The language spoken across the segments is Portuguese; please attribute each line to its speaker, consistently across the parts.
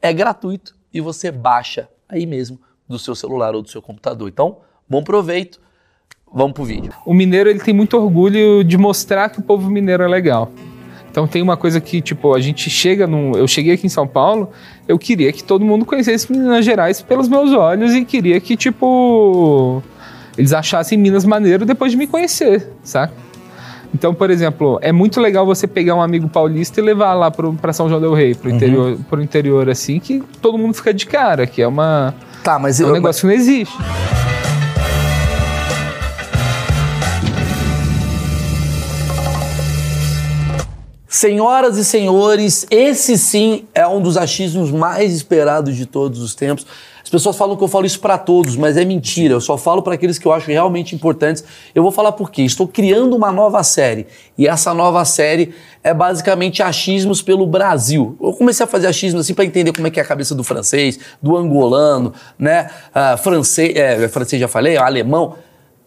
Speaker 1: É gratuito e você baixa aí mesmo do seu celular ou do seu computador. Então, bom proveito. Vamos pro vídeo.
Speaker 2: O mineiro ele tem muito orgulho de mostrar que o povo mineiro é legal. Então tem uma coisa que, tipo, a gente chega num. Eu cheguei aqui em São Paulo, eu queria que todo mundo conhecesse Minas Gerais pelos meus olhos e queria que, tipo, eles achassem Minas maneiro depois de me conhecer, saca? Então, por exemplo, é muito legal você pegar um amigo paulista e levar lá pro, pra São João Del Rei, pro, interior, pro interior, assim, que todo mundo fica de cara, que é uma.
Speaker 1: Tá, mas
Speaker 2: É um
Speaker 1: eu-
Speaker 2: negócio que não existe.
Speaker 1: Senhoras e senhores, esse sim é um dos achismos mais esperados de todos os tempos. As pessoas falam que eu falo isso pra todos, mas é mentira. Eu só falo pra aqueles que eu acho realmente importantes. Eu vou falar por quê. Estou criando uma nova série. E essa nova série é basicamente achismos pelo Brasil. Eu comecei a fazer achismos assim pra entender como é que é a cabeça do francês, do angolano, né? Ah, francês, é, francês já falei, alemão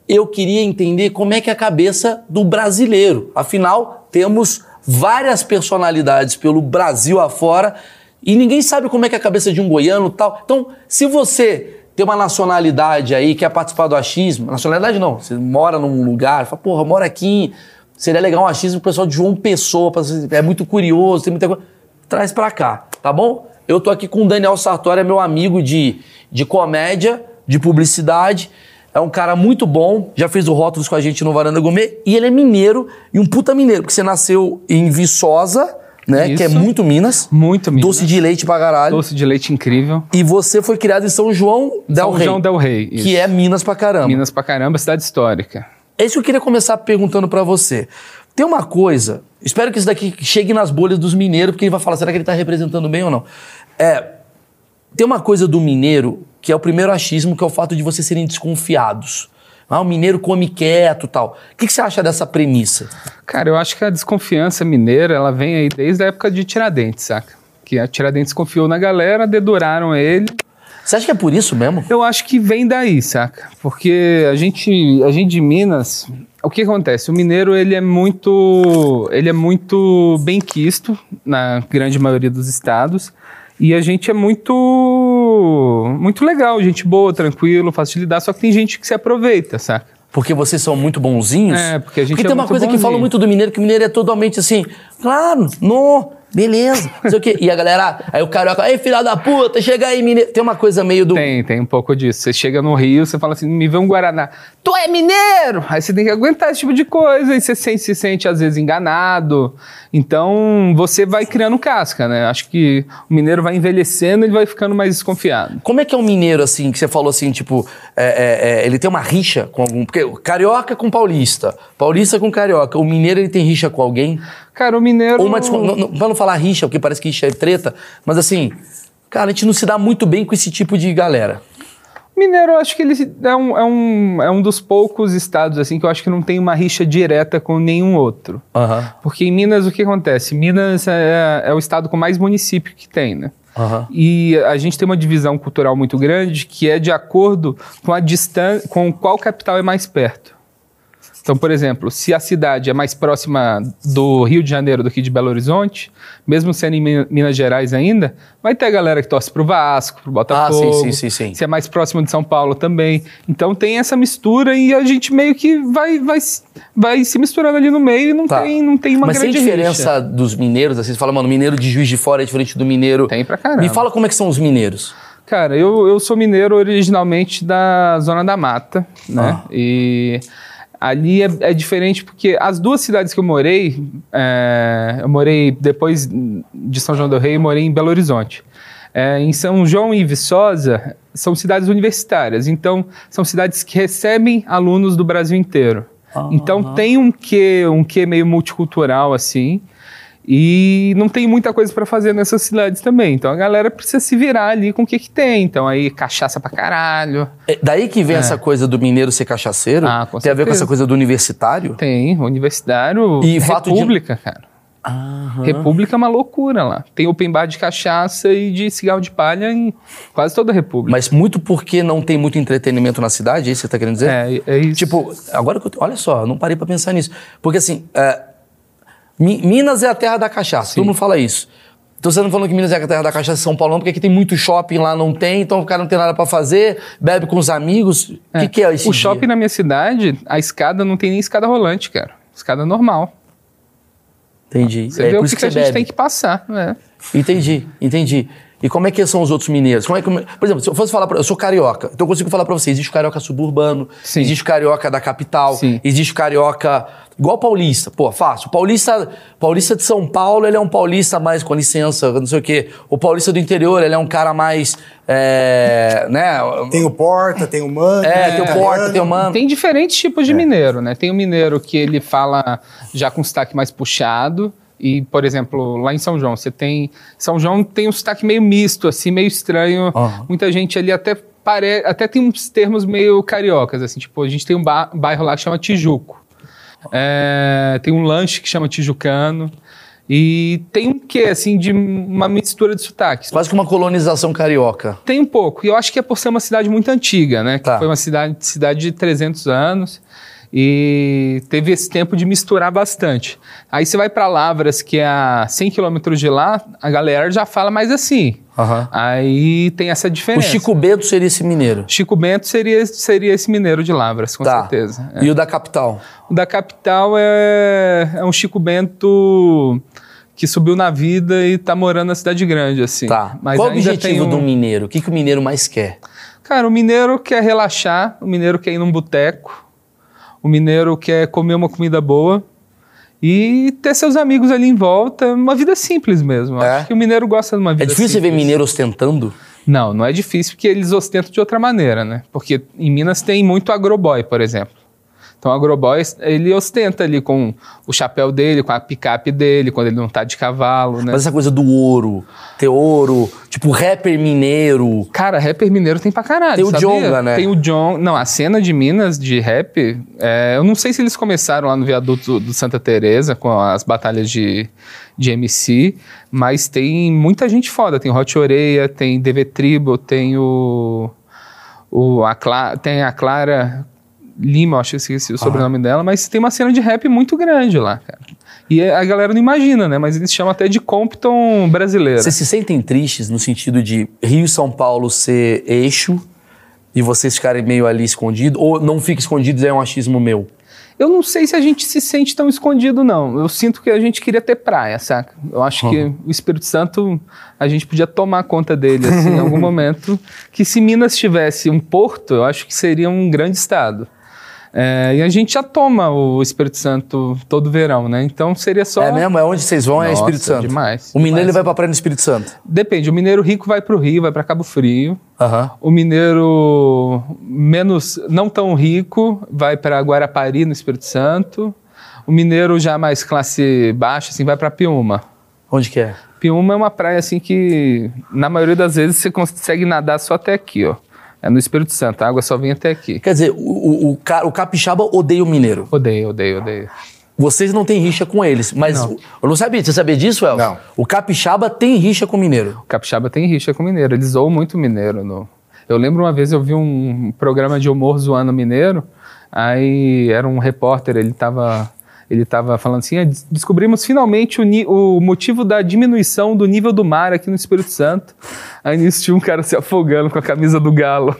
Speaker 1: eu queria entender como é que é a cabeça do brasileiro. Afinal, temos várias personalidades pelo Brasil afora e ninguém sabe como é que é a cabeça de um goiano e tal. Então, se você tem uma nacionalidade aí, quer participar do achismo, nacionalidade não, você mora num lugar, fala, porra, mora aqui, seria legal um achismo pro pessoal de João Pessoa, pra- é muito curioso, tem muita coisa traz pra cá, tá bom? Eu tô aqui com o Daniel Sartori, é meu amigo de, de comédia, de publicidade. É um cara muito bom, já fez o Rótulos com a gente no Varanda Gourmet. E ele é mineiro, e um puta mineiro, porque você nasceu em Viçosa, né? Que é
Speaker 2: Isso.
Speaker 1: muito Minas.
Speaker 2: Muito mesmo.
Speaker 1: Doce de leite pra caralho.
Speaker 2: Doce de leite incrível.
Speaker 1: E você foi criado em São João Del
Speaker 2: São
Speaker 1: Rey.
Speaker 2: João Del Rey.
Speaker 1: Que é Minas pra caramba.
Speaker 2: Minas pra caramba, cidade histórica.
Speaker 1: É isso que eu queria começar perguntando pra você. Tem uma coisa, espero que isso daqui chegue nas bolhas dos mineiros, porque ele vai falar, será que ele tá representando bem ou não? É, tem uma coisa do mineiro, que é o primeiro achismo, que é o fato de vocês serem desconfiados. Ah, o mineiro come quieto e tal. O que, que você acha dessa premissa?
Speaker 2: Cara, eu acho que a desconfiança mineira, ela vem aí desde a época de Tiradentes, saca? Que a Tiradentes confiou na galera, deduraram ele.
Speaker 1: Você acha que é por isso mesmo?
Speaker 2: Eu acho que vem daí, saca? Porque a gente, a gente de Minas, o que acontece? O mineiro, ele é muito, ele é muito bem quisto na grande maioria dos estados. E a gente é muito, muito legal, gente boa, tranquilo, fácil de lidar. Só que tem gente que se aproveita, saca?
Speaker 1: Porque vocês são muito bonzinhos?
Speaker 2: É, porque a gente
Speaker 1: Porque
Speaker 2: é
Speaker 1: tem uma
Speaker 2: muito
Speaker 1: coisa que
Speaker 2: bonzinho.
Speaker 1: falam muito do mineiro, que o mineiro é totalmente assim, claro, não, beleza, não sei o quê. E a galera, aí o carioca, ei, filha da puta, chega aí, mineiro. Tem uma coisa meio do...
Speaker 2: Tem, tem um pouco disso. Você chega no Rio, você fala assim, me vê um Guaraná. Tu é mineiro! Aí você tem que aguentar esse tipo de coisa, e você se, se sente, às vezes, enganado. Então, você vai criando casca, né? Acho que o mineiro vai envelhecendo, ele vai ficando mais desconfiado.
Speaker 1: Como é que é um mineiro, assim, que você falou assim, tipo, é, é, é, ele tem uma rixa com algum. Porque o carioca é com paulista, paulista com carioca. O mineiro ele tem rixa com alguém?
Speaker 2: Cara, o mineiro...
Speaker 1: Ou uma descon... não, não- Pra não falar rixa, porque parece que rixa é treta, mas assim, cara, a gente não se dá muito bem com esse tipo de galera.
Speaker 2: Mineiro, eu acho que ele é um, é, um, é um dos poucos estados, assim, que eu acho que não tem uma rixa direta com nenhum outro.
Speaker 1: Aham.
Speaker 2: Porque em Minas, o que acontece? Minas é, é o estado com mais município que tem, né?
Speaker 1: Aham.
Speaker 2: E a gente tem uma divisão cultural muito grande que é de acordo com a distância, com qual capital é mais perto. Então, por exemplo, se a cidade é mais próxima do Rio de Janeiro do que de Belo Horizonte, mesmo sendo em Mi- Minas Gerais ainda, vai ter a galera que torce pro Vasco, pro Botafogo.
Speaker 1: Ah, sim, sim, sim, sim.
Speaker 2: Se é mais próximo de São Paulo também. Então tem essa mistura e a gente meio que vai, vai, se- vai se misturando ali no meio e não,
Speaker 1: Tá.
Speaker 2: tem, não tem uma
Speaker 1: Mas tem
Speaker 2: grande rixa.
Speaker 1: diferença dos mineiros, assim, você fala, mano, o mineiro de Juiz de Fora é diferente do mineiro.
Speaker 2: Tem pra caramba.
Speaker 1: Me fala como é que são os mineiros.
Speaker 2: Cara, eu, eu sou mineiro originalmente da Zona da Mata, né?
Speaker 1: Ah.
Speaker 2: E ali é, é diferente porque as duas cidades que eu morei, é, eu morei depois de São João do Rei, eu morei em Belo Horizonte. É, em São João e Viçosa são cidades universitárias, então são cidades que recebem alunos do Brasil inteiro. Então tem um quê, um quê meio multicultural assim. E não tem muita coisa pra fazer nessas cidades também. Então a galera precisa se virar ali com o que que tem. Então aí cachaça pra caralho.
Speaker 1: É daí que vem essa coisa do mineiro ser cachaceiro?
Speaker 2: Ah, com
Speaker 1: Tem a ver com
Speaker 2: certeza.
Speaker 1: essa coisa do universitário?
Speaker 2: Tem universitário
Speaker 1: E fato de-
Speaker 2: república, cara.
Speaker 1: Aham.
Speaker 2: República é uma loucura lá. Tem open bar de cachaça e de cigarro de palha em quase toda a república.
Speaker 1: Mas muito porque não tem muito entretenimento na cidade, é isso que você tá querendo dizer?
Speaker 2: É, é isso.
Speaker 1: Tipo, agora que eu, olha só, eu não parei pra pensar nisso. Porque assim, é, Mi- Minas é a terra da cachaça, todo mundo fala isso. Então você não falando que Minas é a terra da cachaça São Paulo, não, porque aqui tem muito shopping, lá não tem, então o cara não tem nada pra fazer, bebe com os amigos. O que, que é isso?
Speaker 2: o shopping na minha cidade, a escada não tem nem escada rolante, cara. Escada normal.
Speaker 1: Entendi.
Speaker 2: Você
Speaker 1: é
Speaker 2: vê
Speaker 1: por
Speaker 2: o
Speaker 1: isso que,
Speaker 2: que, que a
Speaker 1: você
Speaker 2: gente tem
Speaker 1: bebe.
Speaker 2: que passar, né?
Speaker 1: Entendi, entendi. E como é que são os outros mineiros? Como é que- Por exemplo, se eu fosse falar pra... Eu sou carioca, então eu consigo falar pra você, existe o carioca suburbano,
Speaker 2: Sim.
Speaker 1: existe o carioca da capital,
Speaker 2: Sim.
Speaker 1: existe o carioca... Igual paulista, pô, fácil. Paulista, paulista de São Paulo, ele é um paulista mais, com licença, não sei o quê. O paulista do interior, ele é um cara mais, é, né?
Speaker 3: Tem o Porta, tem o Mano.
Speaker 1: É, tem o porta, tem o mano.
Speaker 2: Tem diferentes tipos de mineiro, né? Tem o mineiro que ele fala já com sotaque mais puxado. E, por exemplo, lá em São João, você tem. São João tem um sotaque meio misto, assim, meio estranho.
Speaker 1: Aham.
Speaker 2: Muita gente ali até pare... até tem uns termos meio cariocas, assim, tipo, a gente tem um ba- bairro lá que chama Tijuco. É, tem um lanche que chama Tijucano. E tem um quê, assim, de uma mistura de sotaques.
Speaker 1: Quase que uma colonização carioca.
Speaker 2: Tem um pouco. E eu acho que é por ser uma cidade muito antiga, né? Que
Speaker 1: Tá.
Speaker 2: foi uma cidade, cidade de 300 anos. E teve esse tempo de misturar bastante. Aí você vai para Lavras, que é a 100 quilômetros de lá, a galera já fala mais assim.
Speaker 1: Aham.
Speaker 2: Aí tem essa
Speaker 1: O
Speaker 2: diferença.
Speaker 1: Chico Bento seria esse mineiro.
Speaker 2: Chico Bento seria, seria esse mineiro de Lavras, com
Speaker 1: tá.
Speaker 2: certeza. É.
Speaker 1: E o da capital?
Speaker 2: O da capital é, é um Chico Bento que subiu na vida e tá morando na cidade grande, assim.
Speaker 1: Tá.
Speaker 2: Mas
Speaker 1: Qual o
Speaker 2: ainda tem
Speaker 1: objetivo
Speaker 2: um-
Speaker 1: do mineiro? O que, que o mineiro mais quer?
Speaker 2: Cara, o mineiro quer relaxar, o mineiro quer ir num boteco, o mineiro quer comer uma comida boa e ter seus amigos ali em volta, uma vida simples mesmo.
Speaker 1: É?
Speaker 2: Acho que o mineiro gosta de uma vida
Speaker 1: É difícil você ver
Speaker 2: simples.
Speaker 1: mineiro ostentando?
Speaker 2: Não, não é difícil porque eles ostentam de outra maneira, né? Porque em Minas tem muito agroboy, por exemplo. Então, o agroboy, ele ostenta ali com o chapéu dele, com a picape dele, quando ele não tá de cavalo, né?
Speaker 1: Mas essa coisa do ouro, ter ouro, tipo rapper mineiro.
Speaker 2: Cara, rapper mineiro tem pra caralho.
Speaker 1: Tem o
Speaker 2: sabia?
Speaker 1: Djonga, né?
Speaker 2: Tem o John. Não, a cena de Minas de rap, é, eu não sei se eles começaram lá no viaduto do Santa Teresa com as batalhas de, de MC, mas tem muita gente foda. Tem o Hot Oreia, tem DV Tribo, tem o. o a Cla- tem a Clara Lima, eu acho que eu esqueci
Speaker 1: Ah.
Speaker 2: o sobrenome dela, mas tem uma cena de rap muito grande lá, cara. E a galera não imagina, né? Mas eles chamam até de Compton brasileiro.
Speaker 1: Vocês se sentem tristes no sentido de Rio e São Paulo ser eixo e vocês ficarem meio ali escondidos? Ou não fica escondidos, é um achismo meu?
Speaker 2: Eu não sei se a gente se sente tão escondido, não. Eu sinto que a gente queria ter praia, saca? Eu acho que
Speaker 1: Uhum.
Speaker 2: o Espírito Santo, a gente podia tomar conta dele, assim, em algum momento. Que se Minas tivesse um porto, eu acho que seria um grande estado. É, e a gente já toma o Espírito Santo todo verão, né? Então seria só.
Speaker 1: É mesmo? É onde vocês vão, é
Speaker 2: Nossa,
Speaker 1: Espírito Santo.
Speaker 2: demais,
Speaker 1: o mineiro
Speaker 2: demais.
Speaker 1: ele vai pra praia no Espírito Santo.
Speaker 2: Depende, o mineiro rico vai pro Rio, vai para Cabo Frio.
Speaker 1: Aham.
Speaker 2: O mineiro menos, não tão rico, vai para Guarapari, no Espírito Santo. O mineiro já mais classe baixa, assim, vai para Piúma.
Speaker 1: Onde que é?
Speaker 2: Piúma é uma praia, assim, que na maioria das vezes você consegue nadar só até aqui, ó. É no Espírito Santo, a água só vem até aqui.
Speaker 1: Quer dizer, o, o, o ca- o capixaba odeia o mineiro.
Speaker 2: Odeio, odeio, odeio.
Speaker 1: Vocês não têm rixa com eles, mas...
Speaker 2: Não.
Speaker 1: Eu não sabia. Você sabia disso, El?
Speaker 3: Não.
Speaker 1: O capixaba tem rixa com o mineiro.
Speaker 2: O capixaba tem rixa com o mineiro, eles zoam muito o mineiro. no- Eu lembro uma vez eu vi um programa de humor zoando o mineiro, aí era um repórter, ele tava. Ele estava falando assim: "Ah, des- descobrimos finalmente o, ni- o motivo da diminuição do nível do mar aqui no Espírito Santo. Aí nisso tinha um cara se afogando com a camisa do galo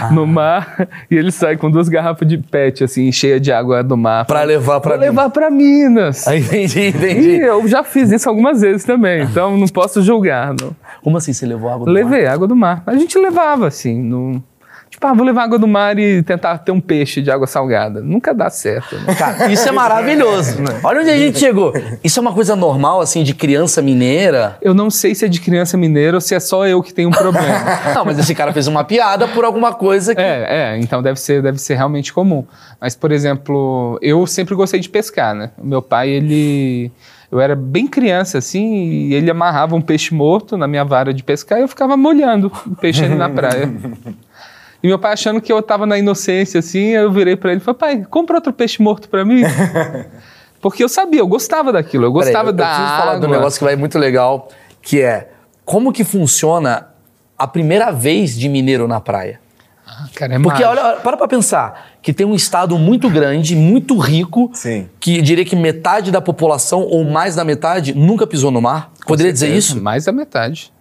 Speaker 1: Ah.
Speaker 2: no mar e ele sai com duas garrafas de pet, assim, cheia de água do mar.
Speaker 1: Pra levar pra
Speaker 2: Pra
Speaker 1: mim.
Speaker 2: levar para Minas.
Speaker 1: Ah, entendi,
Speaker 2: E
Speaker 1: entendi.
Speaker 2: eu já fiz isso algumas vezes também, então não posso julgar. Não.
Speaker 1: Como assim você levou água do mar?
Speaker 2: Levei água do mar. A gente levava, assim, no... Tipo, ah, vou levar água do mar e tentar ter um peixe de água salgada. Nunca dá certo, né?
Speaker 1: Cara, isso é maravilhoso. Olha onde a gente chegou. Isso é uma coisa normal, assim, de criança mineira?
Speaker 2: Eu não sei se é de criança mineira ou se é só eu que tenho um problema.
Speaker 1: Não, mas esse cara fez uma piada por alguma coisa que.
Speaker 2: é, é, então deve ser, deve ser realmente comum. Mas, por exemplo, eu sempre gostei de pescar, né? O meu pai, ele... Eu era bem criança, assim, e ele amarrava um peixe morto na minha vara de pescar e eu ficava molhando o peixe ali na praia. E meu pai achando que eu tava na inocência, assim, eu virei pra ele e falei, pai, compra outro peixe morto pra mim. Porque eu sabia, eu gostava daquilo, eu
Speaker 1: Peraí, eu-
Speaker 2: gostava
Speaker 1: eu
Speaker 2: da
Speaker 1: preciso
Speaker 2: água.
Speaker 1: falar de um negócio que vai muito legal, que é como que funciona a primeira vez de mineiro na praia.
Speaker 2: Ah, cara, é
Speaker 1: Porque
Speaker 2: mágico.
Speaker 1: olha, olha, para pra pensar, que tem um estado muito grande, muito rico,
Speaker 3: Sim.
Speaker 1: que eu diria que metade da população, ou mais da metade, nunca pisou no mar. Poderia dizer isso?
Speaker 2: Mais da metade.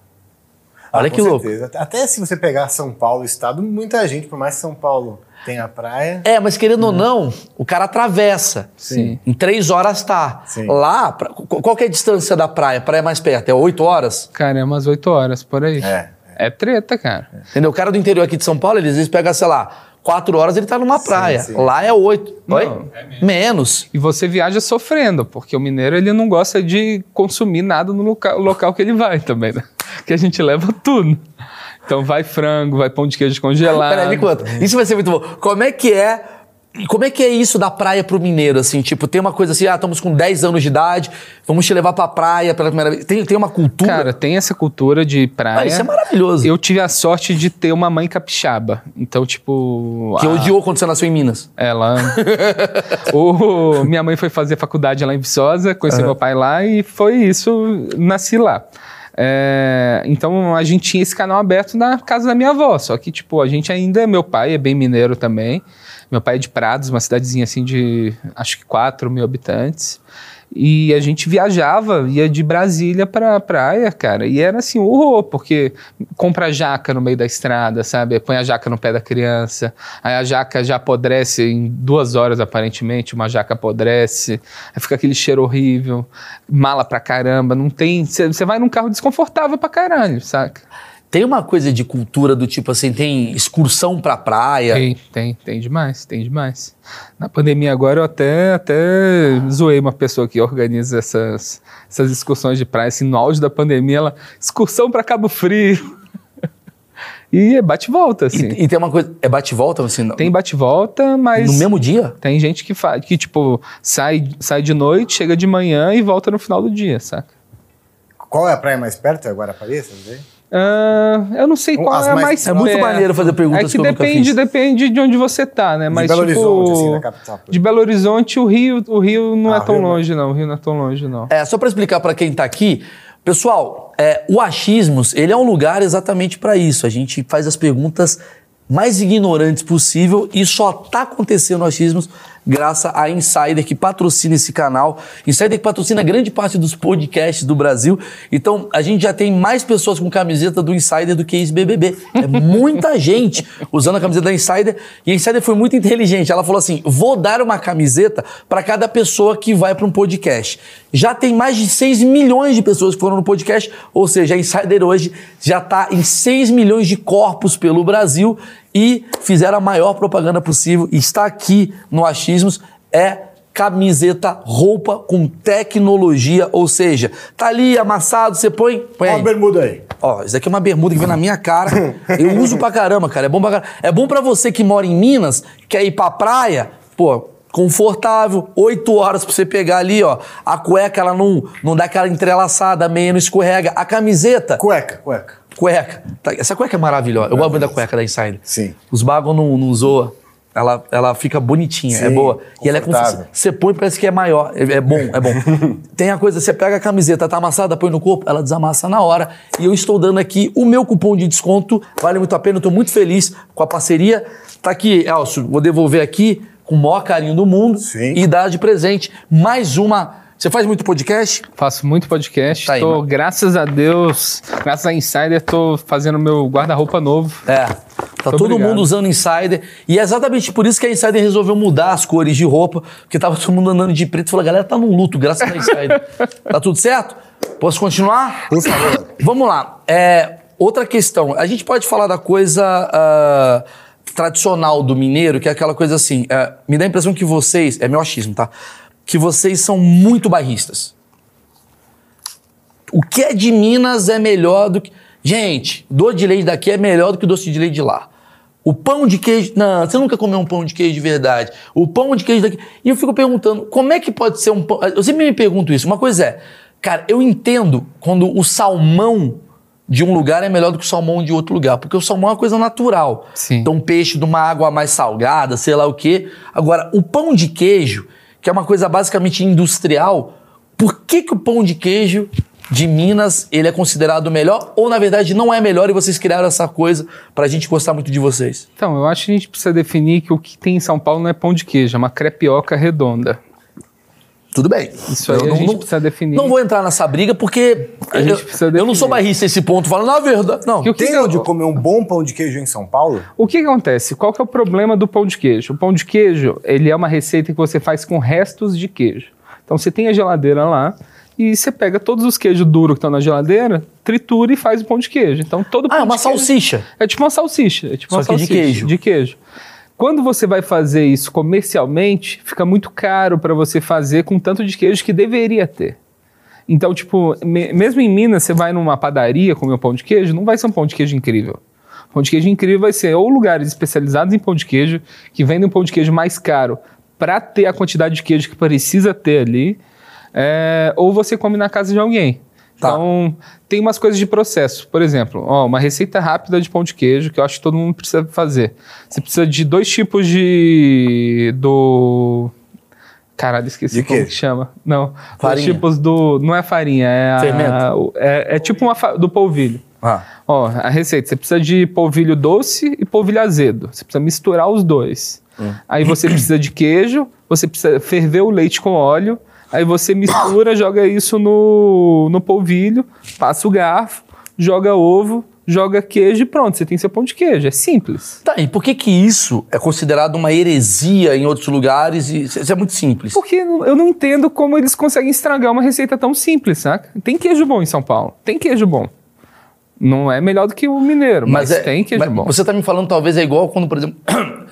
Speaker 1: Olha
Speaker 3: Ah, Com
Speaker 1: que louco.
Speaker 3: certeza. Até se você pegar São Paulo, estado, muita gente, por mais que São Paulo tenha praia.
Speaker 1: É, mas querendo ou não, o cara atravessa.
Speaker 2: Sim.
Speaker 1: Em três horas tá.
Speaker 3: Sim.
Speaker 1: Lá, pra- qu- qual que é a distância da praia? A praia é mais perto, é oito horas.
Speaker 2: Cara, é umas 8 horas por aí.
Speaker 3: É.
Speaker 2: É treta, cara.
Speaker 1: Entendeu? O cara do interior aqui de São Paulo, ele às vezes pega, sei lá, quatro horas ele tá numa praia.
Speaker 3: sim.
Speaker 1: Lá é oito. Oi?
Speaker 2: Não,
Speaker 1: menos.
Speaker 2: E você viaja sofrendo, porque o mineiro ele não gosta de consumir nada no loca local que ele vai também, né? Que a gente leva tudo. Então vai frango, vai pão de queijo congelado.
Speaker 1: Peraí, me conta. Isso vai ser muito bom. Como é que é. e Como é que é isso da praia pro mineiro, assim? Tipo, tem uma coisa assim, ah, estamos com 10 anos de idade, vamos te levar pra praia pela primeira vez. Tem, tem uma cultura.
Speaker 2: Cara, tem essa cultura de praia.
Speaker 1: Ah, isso é maravilhoso.
Speaker 2: Eu tive a sorte de ter uma mãe capixaba. Então, tipo.
Speaker 1: que
Speaker 2: a-
Speaker 1: odiou quando você nasceu em Minas.
Speaker 2: Ela. o, minha mãe foi fazer faculdade lá em Viçosa, conheceu meu pai lá e foi isso, nasci lá. É, então a gente tinha esse canal aberto na casa da minha avó, só que tipo, a gente ainda, meu pai é bem mineiro também, meu pai é de Prados, uma cidadezinha assim de acho que 4 mil habitantes, e a gente viajava, ia de Brasília pra praia, cara, e era assim, horror, porque compra jaca no meio da estrada, sabe? Põe a jaca no pé da criança, aí a jaca já apodrece em duas horas, aparentemente, uma jaca apodrece, aí fica aquele cheiro horrível, mala pra caramba, não tem. Você vai num carro desconfortável pra caralho, saca?
Speaker 1: Tem uma coisa de cultura do tipo assim, tem excursão pra praia.
Speaker 2: Tem, tem, tem demais, tem demais. Na pandemia agora eu até, até zoei uma pessoa que organiza essas, essas excursões de praia, assim, no auge da pandemia, ela, excursão pra Cabo Frio. e é bate e volta, assim.
Speaker 1: E, e tem uma coisa. É bate e volta, assim, no-
Speaker 2: Tem bate e volta, mas...
Speaker 1: no mesmo dia?
Speaker 2: Tem gente que, fa- que tipo, sai, sai de noite, chega de manhã e volta no final do dia, saca?
Speaker 3: Qual é a praia mais perto? É Guarapari, você não sei?
Speaker 2: Ah, eu não sei qual
Speaker 3: As
Speaker 2: é a
Speaker 3: mais-
Speaker 2: mais
Speaker 3: É
Speaker 1: muito
Speaker 2: perto.
Speaker 1: maneiro fazer perguntas
Speaker 2: é que,
Speaker 1: que eu nunca
Speaker 2: depende,
Speaker 1: fiz.
Speaker 2: depende de onde você tá, né? Mas,
Speaker 3: Belo
Speaker 2: tipo,
Speaker 3: Horizonte, assim, da capital.
Speaker 2: De Belo Horizonte, o Rio, o Rio não
Speaker 3: Ah,
Speaker 2: é
Speaker 3: o
Speaker 2: tão
Speaker 3: Rio não.
Speaker 2: longe, não. O Rio não é tão longe, não.
Speaker 1: É, só pra explicar pra quem tá aqui, pessoal, é, o achismos, ele é um lugar exatamente pra isso. A gente faz as perguntas mais ignorantes possível e só tá acontecendo o achismos graças a Insider que patrocina esse canal. Insider que patrocina grande parte dos podcasts do Brasil. Então, a gente já tem mais pessoas com camiseta do Insider do que ex-BBB. É muita gente usando a camiseta da Insider. E a Insider foi muito inteligente. Ela falou assim: vou dar uma camiseta para cada pessoa que vai para um podcast. Já tem mais de 6 milhões de pessoas que foram no podcast, ou seja, a Insider hoje já está em 6 milhões de corpos pelo Brasil e fizeram a maior propaganda possível. E Está aqui no Achismos. É camiseta, roupa com tecnologia, ou seja, tá ali amassado, você põe, põe
Speaker 3: Olha
Speaker 1: aí.
Speaker 3: a bermuda aí.
Speaker 1: Ó, isso daqui é uma bermuda que vem na minha cara. Eu uso pra caramba, cara. É bom pra caramba. É bom pra você que mora em Minas, quer ir pra praia, pô, confortável, oito horas pra você pegar ali, ó. A cueca, ela não, não dá aquela entrelaçada, a meia não escorrega. A camiseta,
Speaker 3: Cueca, cueca.
Speaker 1: cueca. Tá, essa cueca é maravilhosa. Eu gosto muito da cueca da Insider.
Speaker 3: Sim.
Speaker 1: Os bagos não, não zoa. Ela, ela fica bonitinha,
Speaker 3: Sim,
Speaker 1: é boa. E ela é
Speaker 3: confortável.
Speaker 1: confortável. Você põe, parece que é maior. É, é bom, é bom. Tem a coisa, você pega a camiseta, tá amassada, põe no corpo, ela desamassa na hora. E eu estou dando aqui o meu cupom de desconto. Vale muito a pena, eu tô muito feliz com a parceria. Tá aqui, Elcio, vou devolver aqui. com o maior carinho do mundo
Speaker 3: Sim.
Speaker 1: e dar de presente mais uma. Você faz muito podcast?
Speaker 2: Faço muito podcast.
Speaker 1: Tá aí,
Speaker 2: tô,
Speaker 1: mano.
Speaker 2: graças a Deus, graças a Insider, tô fazendo meu guarda-roupa novo.
Speaker 1: É. Tá
Speaker 2: Muito
Speaker 1: todo
Speaker 2: obrigado.
Speaker 1: mundo usando Insider. E é exatamente por isso que a Insider resolveu mudar as cores de roupa, porque tava todo mundo andando de preto. Falou, galera, tá num luto, graças a Insider. tá tudo certo? Posso continuar?
Speaker 3: Por favor.
Speaker 1: Vamos lá. É, outra questão. A gente pode falar da coisa ah, tradicional do mineiro, que é aquela coisa assim. é, me dá a impressão que vocês. É meu achismo, tá? Que vocês são muito bairristas. O que é de Minas é melhor do que. Gente, doce de leite daqui é melhor do que o doce de leite de lá. O pão de queijo. Não, você nunca comeu um pão de queijo de verdade. O pão de queijo daqui. E eu fico perguntando, como é que pode ser um pão. Eu sempre me pergunto isso. Uma coisa é, cara, eu entendo quando o salmão de um lugar é melhor do que o salmão de outro lugar, porque o salmão é uma coisa natural.
Speaker 2: Sim.
Speaker 1: Então, um peixe de uma água mais salgada, sei lá o quê. Agora, o pão de queijo, que é uma coisa basicamente industrial, por que, que o pão de queijo de Minas ele é considerado o melhor? Ou, na verdade, não é melhor e vocês criaram essa coisa pra gente gostar muito de vocês?
Speaker 2: Então, eu acho que a gente precisa definir que o que tem em São Paulo não é pão de queijo, é uma crepioca redonda.
Speaker 1: Tudo bem.
Speaker 2: Isso aí
Speaker 1: Eu
Speaker 2: a gente precisa definir.
Speaker 1: Não vou entrar nessa briga porque
Speaker 2: A
Speaker 1: eu,
Speaker 2: gente precisa
Speaker 1: eu não sou
Speaker 2: definir.
Speaker 1: bairrista esse ponto, falando na verdade. Não.
Speaker 2: Que o que
Speaker 3: Tem
Speaker 2: que
Speaker 3: onde
Speaker 2: eu-
Speaker 3: comer um bom pão de queijo em São Paulo?
Speaker 2: O que que acontece? Qual que é o problema do pão de queijo? O pão de queijo, ele é uma receita que você faz com restos de queijo. Então você tem a geladeira lá e você pega todos os queijos duros que estão na geladeira, tritura e faz o pão de queijo. Então todo
Speaker 1: Ah,
Speaker 2: pão
Speaker 1: é uma
Speaker 2: de queijo-
Speaker 1: salsicha.
Speaker 2: É tipo uma salsicha. É tipo
Speaker 1: Só
Speaker 2: uma
Speaker 1: que de
Speaker 2: salsicha,
Speaker 1: queijo.
Speaker 2: De queijo. Quando você vai fazer isso comercialmente, fica muito caro para você fazer com tanto de queijo que deveria ter. Então, tipo, me- mesmo em Minas, você vai numa padaria comer um pão de queijo, não vai ser um pão de queijo incrível. Pão de queijo incrível vai ser ou lugares especializados em pão de queijo, que vendem um pão de queijo mais caro para ter a quantidade de queijo que precisa ter ali, é, ou você come na casa de alguém.
Speaker 1: Tá.
Speaker 2: Então, tem umas coisas de processo. Por exemplo, ó, uma receita rápida de pão de queijo que eu acho que todo mundo precisa fazer. Você precisa de dois tipos de. do. Caralho, esqueci
Speaker 3: De
Speaker 2: como
Speaker 3: queijo.
Speaker 2: que chama. Não. Dois
Speaker 1: Farinha.
Speaker 2: tipos do. Não é farinha, é. a-
Speaker 1: Fermento.
Speaker 2: é, é tipo uma fa- do polvilho.
Speaker 1: Ah.
Speaker 2: Ó, a receita, você precisa de polvilho doce e polvilho azedo. Você precisa misturar os dois.
Speaker 1: Hum.
Speaker 2: Aí você precisa de queijo, você precisa ferver o leite com óleo, aí você mistura, joga isso no, no polvilho, passa o garfo, joga ovo, joga queijo e pronto, você tem seu pão de queijo. É simples.
Speaker 1: Tá, e por que que isso é considerado uma heresia em outros lugares? E isso isso é muito simples.
Speaker 2: Porque eu não entendo como eles conseguem estragar uma receita tão simples, saca? Tem queijo bom em São Paulo, tem queijo bom. Não é melhor do que o mineiro, mas,
Speaker 1: é-
Speaker 2: tem queijo
Speaker 1: mas
Speaker 2: bom.
Speaker 1: Você tá me falando, talvez é igual quando, por exemplo.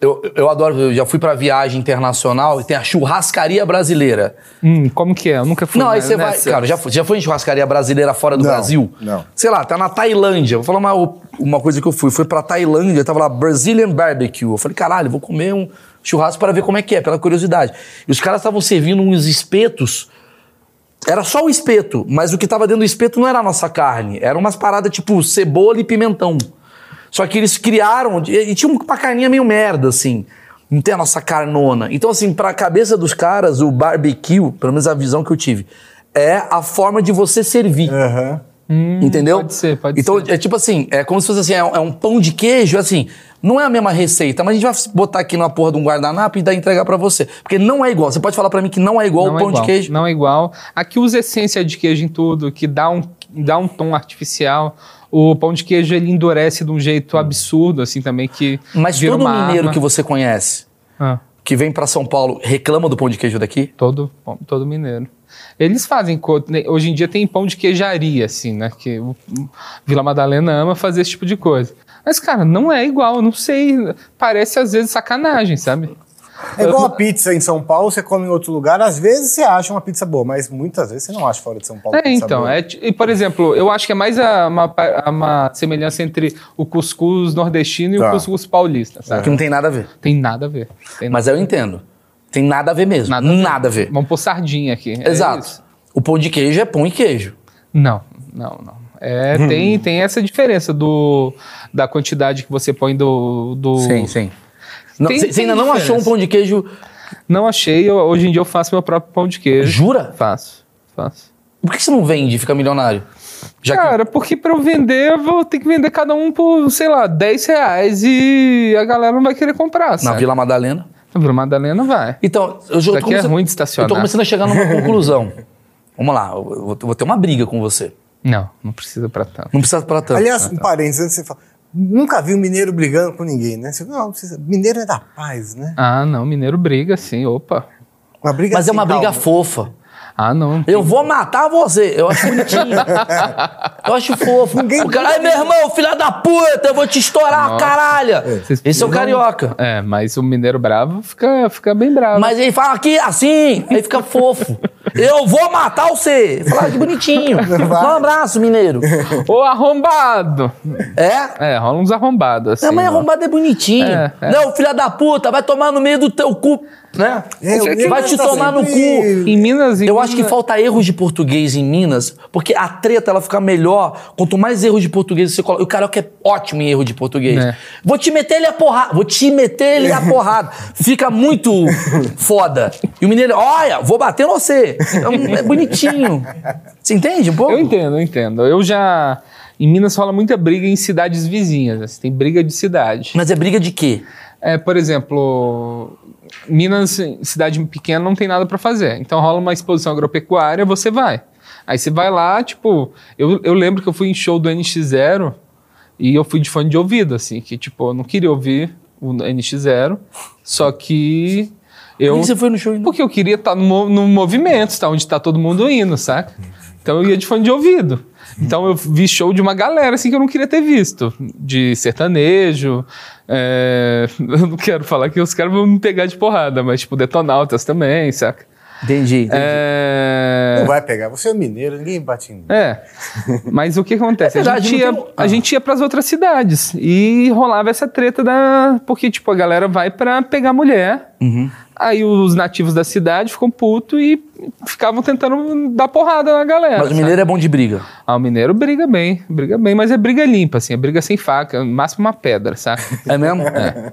Speaker 1: Eu, eu adoro, eu já fui pra viagem internacional e tem a churrascaria brasileira.
Speaker 2: Hum, como que é? Eu nunca fui
Speaker 1: não, aí
Speaker 2: ne-
Speaker 1: você vai.
Speaker 2: nessa.
Speaker 1: Cara, já, foi- já foi em churrascaria brasileira fora do
Speaker 3: Não,
Speaker 1: Brasil?
Speaker 3: não.
Speaker 1: Sei lá, tá na Tailândia. Vou falar uma, uma coisa que eu fui. Fui pra Tailândia, tava lá Brazilian Barbecue. Eu falei, caralho, vou comer um churrasco para ver como é que é, pela curiosidade. E os caras estavam servindo uns espetos. Era só o espeto, mas o que tava dentro do espeto não era a nossa carne. Era umas paradas tipo cebola e pimentão. Só que eles criaram. E, e tinha um, uma carninha meio merda, assim. Não tem a nossa carnona. Então, assim, pra cabeça dos caras, o barbecue, pelo menos a visão que eu tive, é a forma de você servir.
Speaker 3: Aham.
Speaker 1: Entendeu?
Speaker 2: Hum, pode ser, pode
Speaker 1: então,
Speaker 2: ser.
Speaker 1: é tipo assim, é como se fosse assim, é um, é um pão de queijo, assim, não é a mesma receita, mas a gente vai botar aqui numa porra de um guardanapo e dar entregar pra você. Porque não é igual. Você pode falar pra mim que não é igual
Speaker 2: Não
Speaker 1: o
Speaker 2: é
Speaker 1: pão
Speaker 2: igual,
Speaker 1: de queijo.
Speaker 2: Não é igual. Aqui usa essência de queijo em tudo, que dá um, dá um tom artificial. O pão de queijo ele endurece de um jeito absurdo, assim também, que.
Speaker 1: Hum. Mas
Speaker 2: vira
Speaker 1: todo
Speaker 2: uma
Speaker 1: mineiro
Speaker 2: arma.
Speaker 1: que você conhece,
Speaker 2: Ah,
Speaker 1: que vem pra São Paulo, reclama do pão de queijo daqui?
Speaker 2: todo, pão- todo mineiro. Eles fazem. co- né, Hoje em dia tem pão de queijaria, assim, né? Que o o Vila Madalena ama fazer esse tipo de coisa. Mas, cara, não é igual, eu não sei. Parece às vezes sacanagem, sabe?
Speaker 3: É igual a pizza em São Paulo, você come em outro lugar, às vezes você acha uma pizza boa, mas muitas vezes você não acha fora de São Paulo.
Speaker 2: É,
Speaker 3: pizza
Speaker 2: então.
Speaker 3: boa.
Speaker 2: É, ti- e, por exemplo, eu acho que é mais a- uma, pa- uma semelhança entre o cuscuz nordestino e
Speaker 3: Tá.
Speaker 2: o cuscuz paulista, sabe?
Speaker 1: Que não tem nada a ver.
Speaker 2: Tem nada a ver. Tem
Speaker 1: Mas eu entendo. Tem nada a ver mesmo. Nada,
Speaker 2: Nada a ver.
Speaker 1: a ver.
Speaker 2: Vamos pôr sardinha aqui. é
Speaker 1: Exato.
Speaker 2: isso?
Speaker 1: O pão de queijo é pão e queijo.
Speaker 2: Não, não, não. É,
Speaker 1: Hum.
Speaker 2: tem, tem essa diferença do, da quantidade que você põe do. do
Speaker 1: sim. Não,
Speaker 2: Tem-
Speaker 1: você você
Speaker 2: tem
Speaker 1: ainda não
Speaker 2: diferença.
Speaker 1: achou um pão de queijo.
Speaker 2: Não achei, eu- hoje em dia eu faço meu próprio pão de queijo.
Speaker 1: Jura?
Speaker 2: Faço, faço.
Speaker 1: Por que você não vende e fica milionário? Já que-
Speaker 2: Cara, porque pra eu vender, eu vou ter que vender cada um por, sei lá, 10 reais e a galera não vai querer comprar.
Speaker 1: na
Speaker 2: sabe?
Speaker 1: Vila Madalena.
Speaker 2: A Vila Madalena vai.
Speaker 1: Então, eu já tô
Speaker 2: Daqui é ruim de estacionar.
Speaker 1: Eu tô começando a chegar numa conclusão. Vamos lá, eu vou, eu vou ter uma briga com você.
Speaker 2: Não, não precisa pra tanto.
Speaker 1: Não precisa pra tanto.
Speaker 3: Aliás, um parênteses, antes você fala. Nunca vi um mineiro brigando com ninguém, né? Você, não, precisa- mineiro é da paz, né?
Speaker 2: Ah, não, mineiro briga, sim, opa.
Speaker 3: Uma briga
Speaker 1: mas é
Speaker 3: assim,
Speaker 1: uma briga
Speaker 3: calma.
Speaker 1: fofa.
Speaker 2: Ah, não.
Speaker 1: Eu vou matar você. Eu acho bonitinho. eu acho fofo.
Speaker 3: Ninguém
Speaker 1: o cara, ai, meu irmão, filha da puta, eu vou te estourar,
Speaker 2: Nossa.
Speaker 1: caralho.
Speaker 2: Vocês
Speaker 1: Esse é o
Speaker 2: precisam-
Speaker 1: carioca.
Speaker 2: É, mas o mineiro bravo fica, fica bem bravo.
Speaker 1: Mas ele fala aqui assim, aí fica fofo. Eu vou matar você. Fala "Ah, que bonitinho. Um abraço, mineiro.
Speaker 2: Ô, arrombado!
Speaker 1: É?
Speaker 2: É, rola uns arrombados, assim.
Speaker 1: Não, mas
Speaker 2: ó.
Speaker 1: arrombado é bonitinho.
Speaker 2: É, é.
Speaker 1: Não, filha da puta, vai tomar no meio do teu cu, né?
Speaker 3: É, o
Speaker 1: vai
Speaker 3: mineiro
Speaker 1: te
Speaker 3: tá
Speaker 1: tomar no
Speaker 3: sempre-
Speaker 1: cu.
Speaker 2: Em Minas... em
Speaker 1: Eu acho que
Speaker 2: Minas-
Speaker 1: falta erros de português em Minas, porque a treta ela fica melhor quanto mais erros de português você coloca. O carioca é ótimo em erro de português.
Speaker 2: É.
Speaker 1: Vou te meter ele a porrada. Vou te meter ele a porrada. Fica muito foda. E o mineiro, olha, vou bater em você. É, um- é bonitinho. Você entende um pouco?
Speaker 2: Eu entendo, eu entendo. Eu já... Em Minas rola muita briga em cidades vizinhas, assim, tem briga de cidade.
Speaker 1: Mas é briga de quê?
Speaker 2: É, por exemplo, Minas, cidade pequena, não tem nada pra fazer. Então rola uma exposição agropecuária, você vai. Aí você vai lá, tipo, eu, eu lembro que eu fui em show do NX0 e eu fui de fone de ouvido, assim, que tipo, eu não queria ouvir o NX0, só que eu.
Speaker 1: Por que você foi no show ainda?
Speaker 2: Porque eu queria estar no, mo- no movimento, tá? onde tá todo mundo indo, saca? Então eu ia de fone de ouvido. Então eu vi show de uma galera assim que eu não queria ter visto. De sertanejo. é, Eu não quero falar que os caras vão me pegar de porrada, mas tipo, detonautas também, saca?
Speaker 1: Entendi, entendi.
Speaker 2: É...
Speaker 3: Não vai pegar. Você é mineiro, ninguém bate em mim.
Speaker 2: É. Mas o que acontece?
Speaker 1: É
Speaker 2: a
Speaker 1: verdade,
Speaker 2: gente ia,
Speaker 1: não tem-
Speaker 2: a gente ia pras outras cidades e rolava essa treta da. Porque, tipo, a galera vai pra pegar mulher.
Speaker 1: Uhum.
Speaker 2: Aí os nativos da cidade ficam putos e ficavam tentando dar porrada na galera.
Speaker 1: Mas o
Speaker 2: sabe?
Speaker 1: mineiro é bom de briga.
Speaker 2: Ah, o mineiro briga bem, briga bem, mas é briga limpa, assim, é briga sem faca, no máximo uma pedra, sabe?
Speaker 1: É mesmo?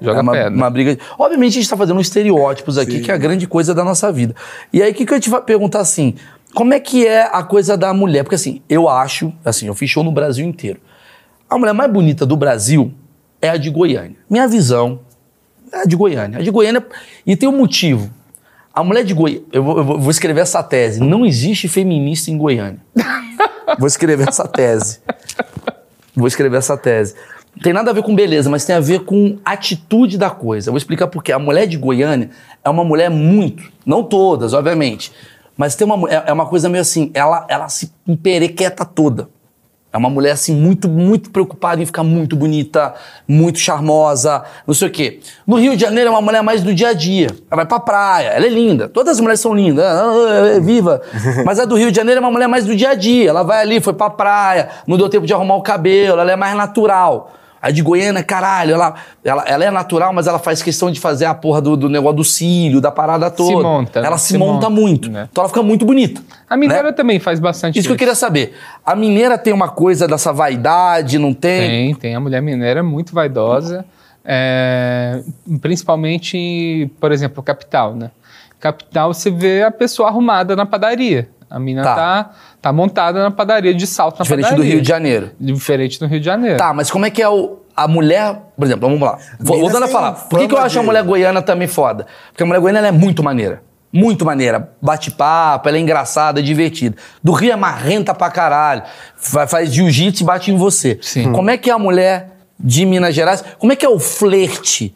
Speaker 2: joga
Speaker 1: é uma,
Speaker 2: pedra.
Speaker 1: uma briga. Obviamente a gente tá fazendo estereótipos aqui, que é a grande coisa da nossa vida. E aí, o que, que eu te vou perguntar assim? Como é que é a coisa da mulher? Porque assim, eu acho, assim, eu fiz show no Brasil inteiro. A mulher mais bonita do Brasil é a de Goiânia. Minha visão é a de Goiânia. A de Goiânia. E tem um motivo. A mulher de Goiânia. Eu, vou- eu vou- vou escrever essa tese. Não existe feminista em Goiânia. vou escrever essa tese. Vou escrever essa tese. Tem nada a ver com beleza, mas tem a ver com atitude da coisa. Eu vou explicar por quê. A mulher de Goiânia é uma mulher muito, não todas, obviamente, mas tem uma mu- é, é uma coisa meio assim, ela ela se emperequeta toda. É uma mulher assim muito muito preocupada em ficar muito bonita, muito charmosa, não sei o quê. No Rio de Janeiro é uma mulher mais do dia a dia. Ela vai pra praia, ela é linda. Todas as mulheres são lindas, ah, ah, ah, viva. Mas a do Rio de Janeiro é uma mulher mais do dia a dia. Ela vai ali, foi pra praia, não deu tempo de arrumar o cabelo, ela é mais natural. A de Goiânia, caralho, ela, ela, ela é natural, mas ela faz questão de fazer a porra do, do negócio do cílio, da parada toda.
Speaker 2: monta, né?
Speaker 1: Ela se,
Speaker 2: Se
Speaker 1: monta,
Speaker 2: monta,
Speaker 1: muito.
Speaker 2: né?
Speaker 1: Então ela fica muito bonita.
Speaker 2: A
Speaker 1: né?
Speaker 2: mineira também faz bastante
Speaker 1: Isso que eu queria saber. A mineira tem uma coisa dessa vaidade, não tem?
Speaker 2: Tem, tem. A mulher mineira é muito vaidosa, é, principalmente, por exemplo, capital, né? Capital, você vê a pessoa arrumada na padaria. A mina
Speaker 1: Tá.
Speaker 2: tá, tá, montada na padaria, de salto na
Speaker 1: Diferente do
Speaker 2: padaria.
Speaker 1: Rio de Janeiro.
Speaker 2: Diferente do Rio de Janeiro.
Speaker 1: Tá, mas como é que é o, a mulher. Por exemplo, vamos lá. Vou-
Speaker 3: Minas
Speaker 1: Voltando a
Speaker 3: tem
Speaker 1: falar. Por que,
Speaker 3: fama
Speaker 1: que eu acho a
Speaker 3: de-
Speaker 1: mulher goiana também foda? Porque a mulher goiana ela é muito maneira. Muito maneira. Bate papo, ela é engraçada, é divertida. Do Rio é marrenta pra caralho. Fa- Faz jiu-jitsu e bate em você.
Speaker 2: Sim.
Speaker 1: Como é que é a mulher de Minas Gerais? Como é que é o flerte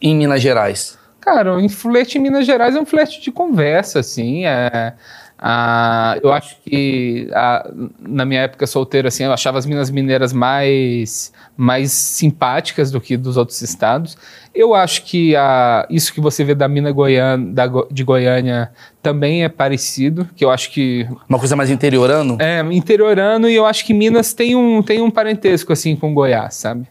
Speaker 1: em Minas Gerais?
Speaker 2: Cara, o flerte em Minas Gerais é um flerte de conversa, assim. É, a, eu acho que a- na minha época solteira, assim, eu achava as minas mineiras mais, mais simpáticas do que dos outros estados. Eu acho que a, isso que você vê da mina Goiânia, da Go- de Goiânia também é parecido, que eu acho que
Speaker 1: Uma coisa mais interiorano?
Speaker 2: é, interiorano e eu acho que Minas tem um, tem um parentesco, assim, com Goiás, sabe?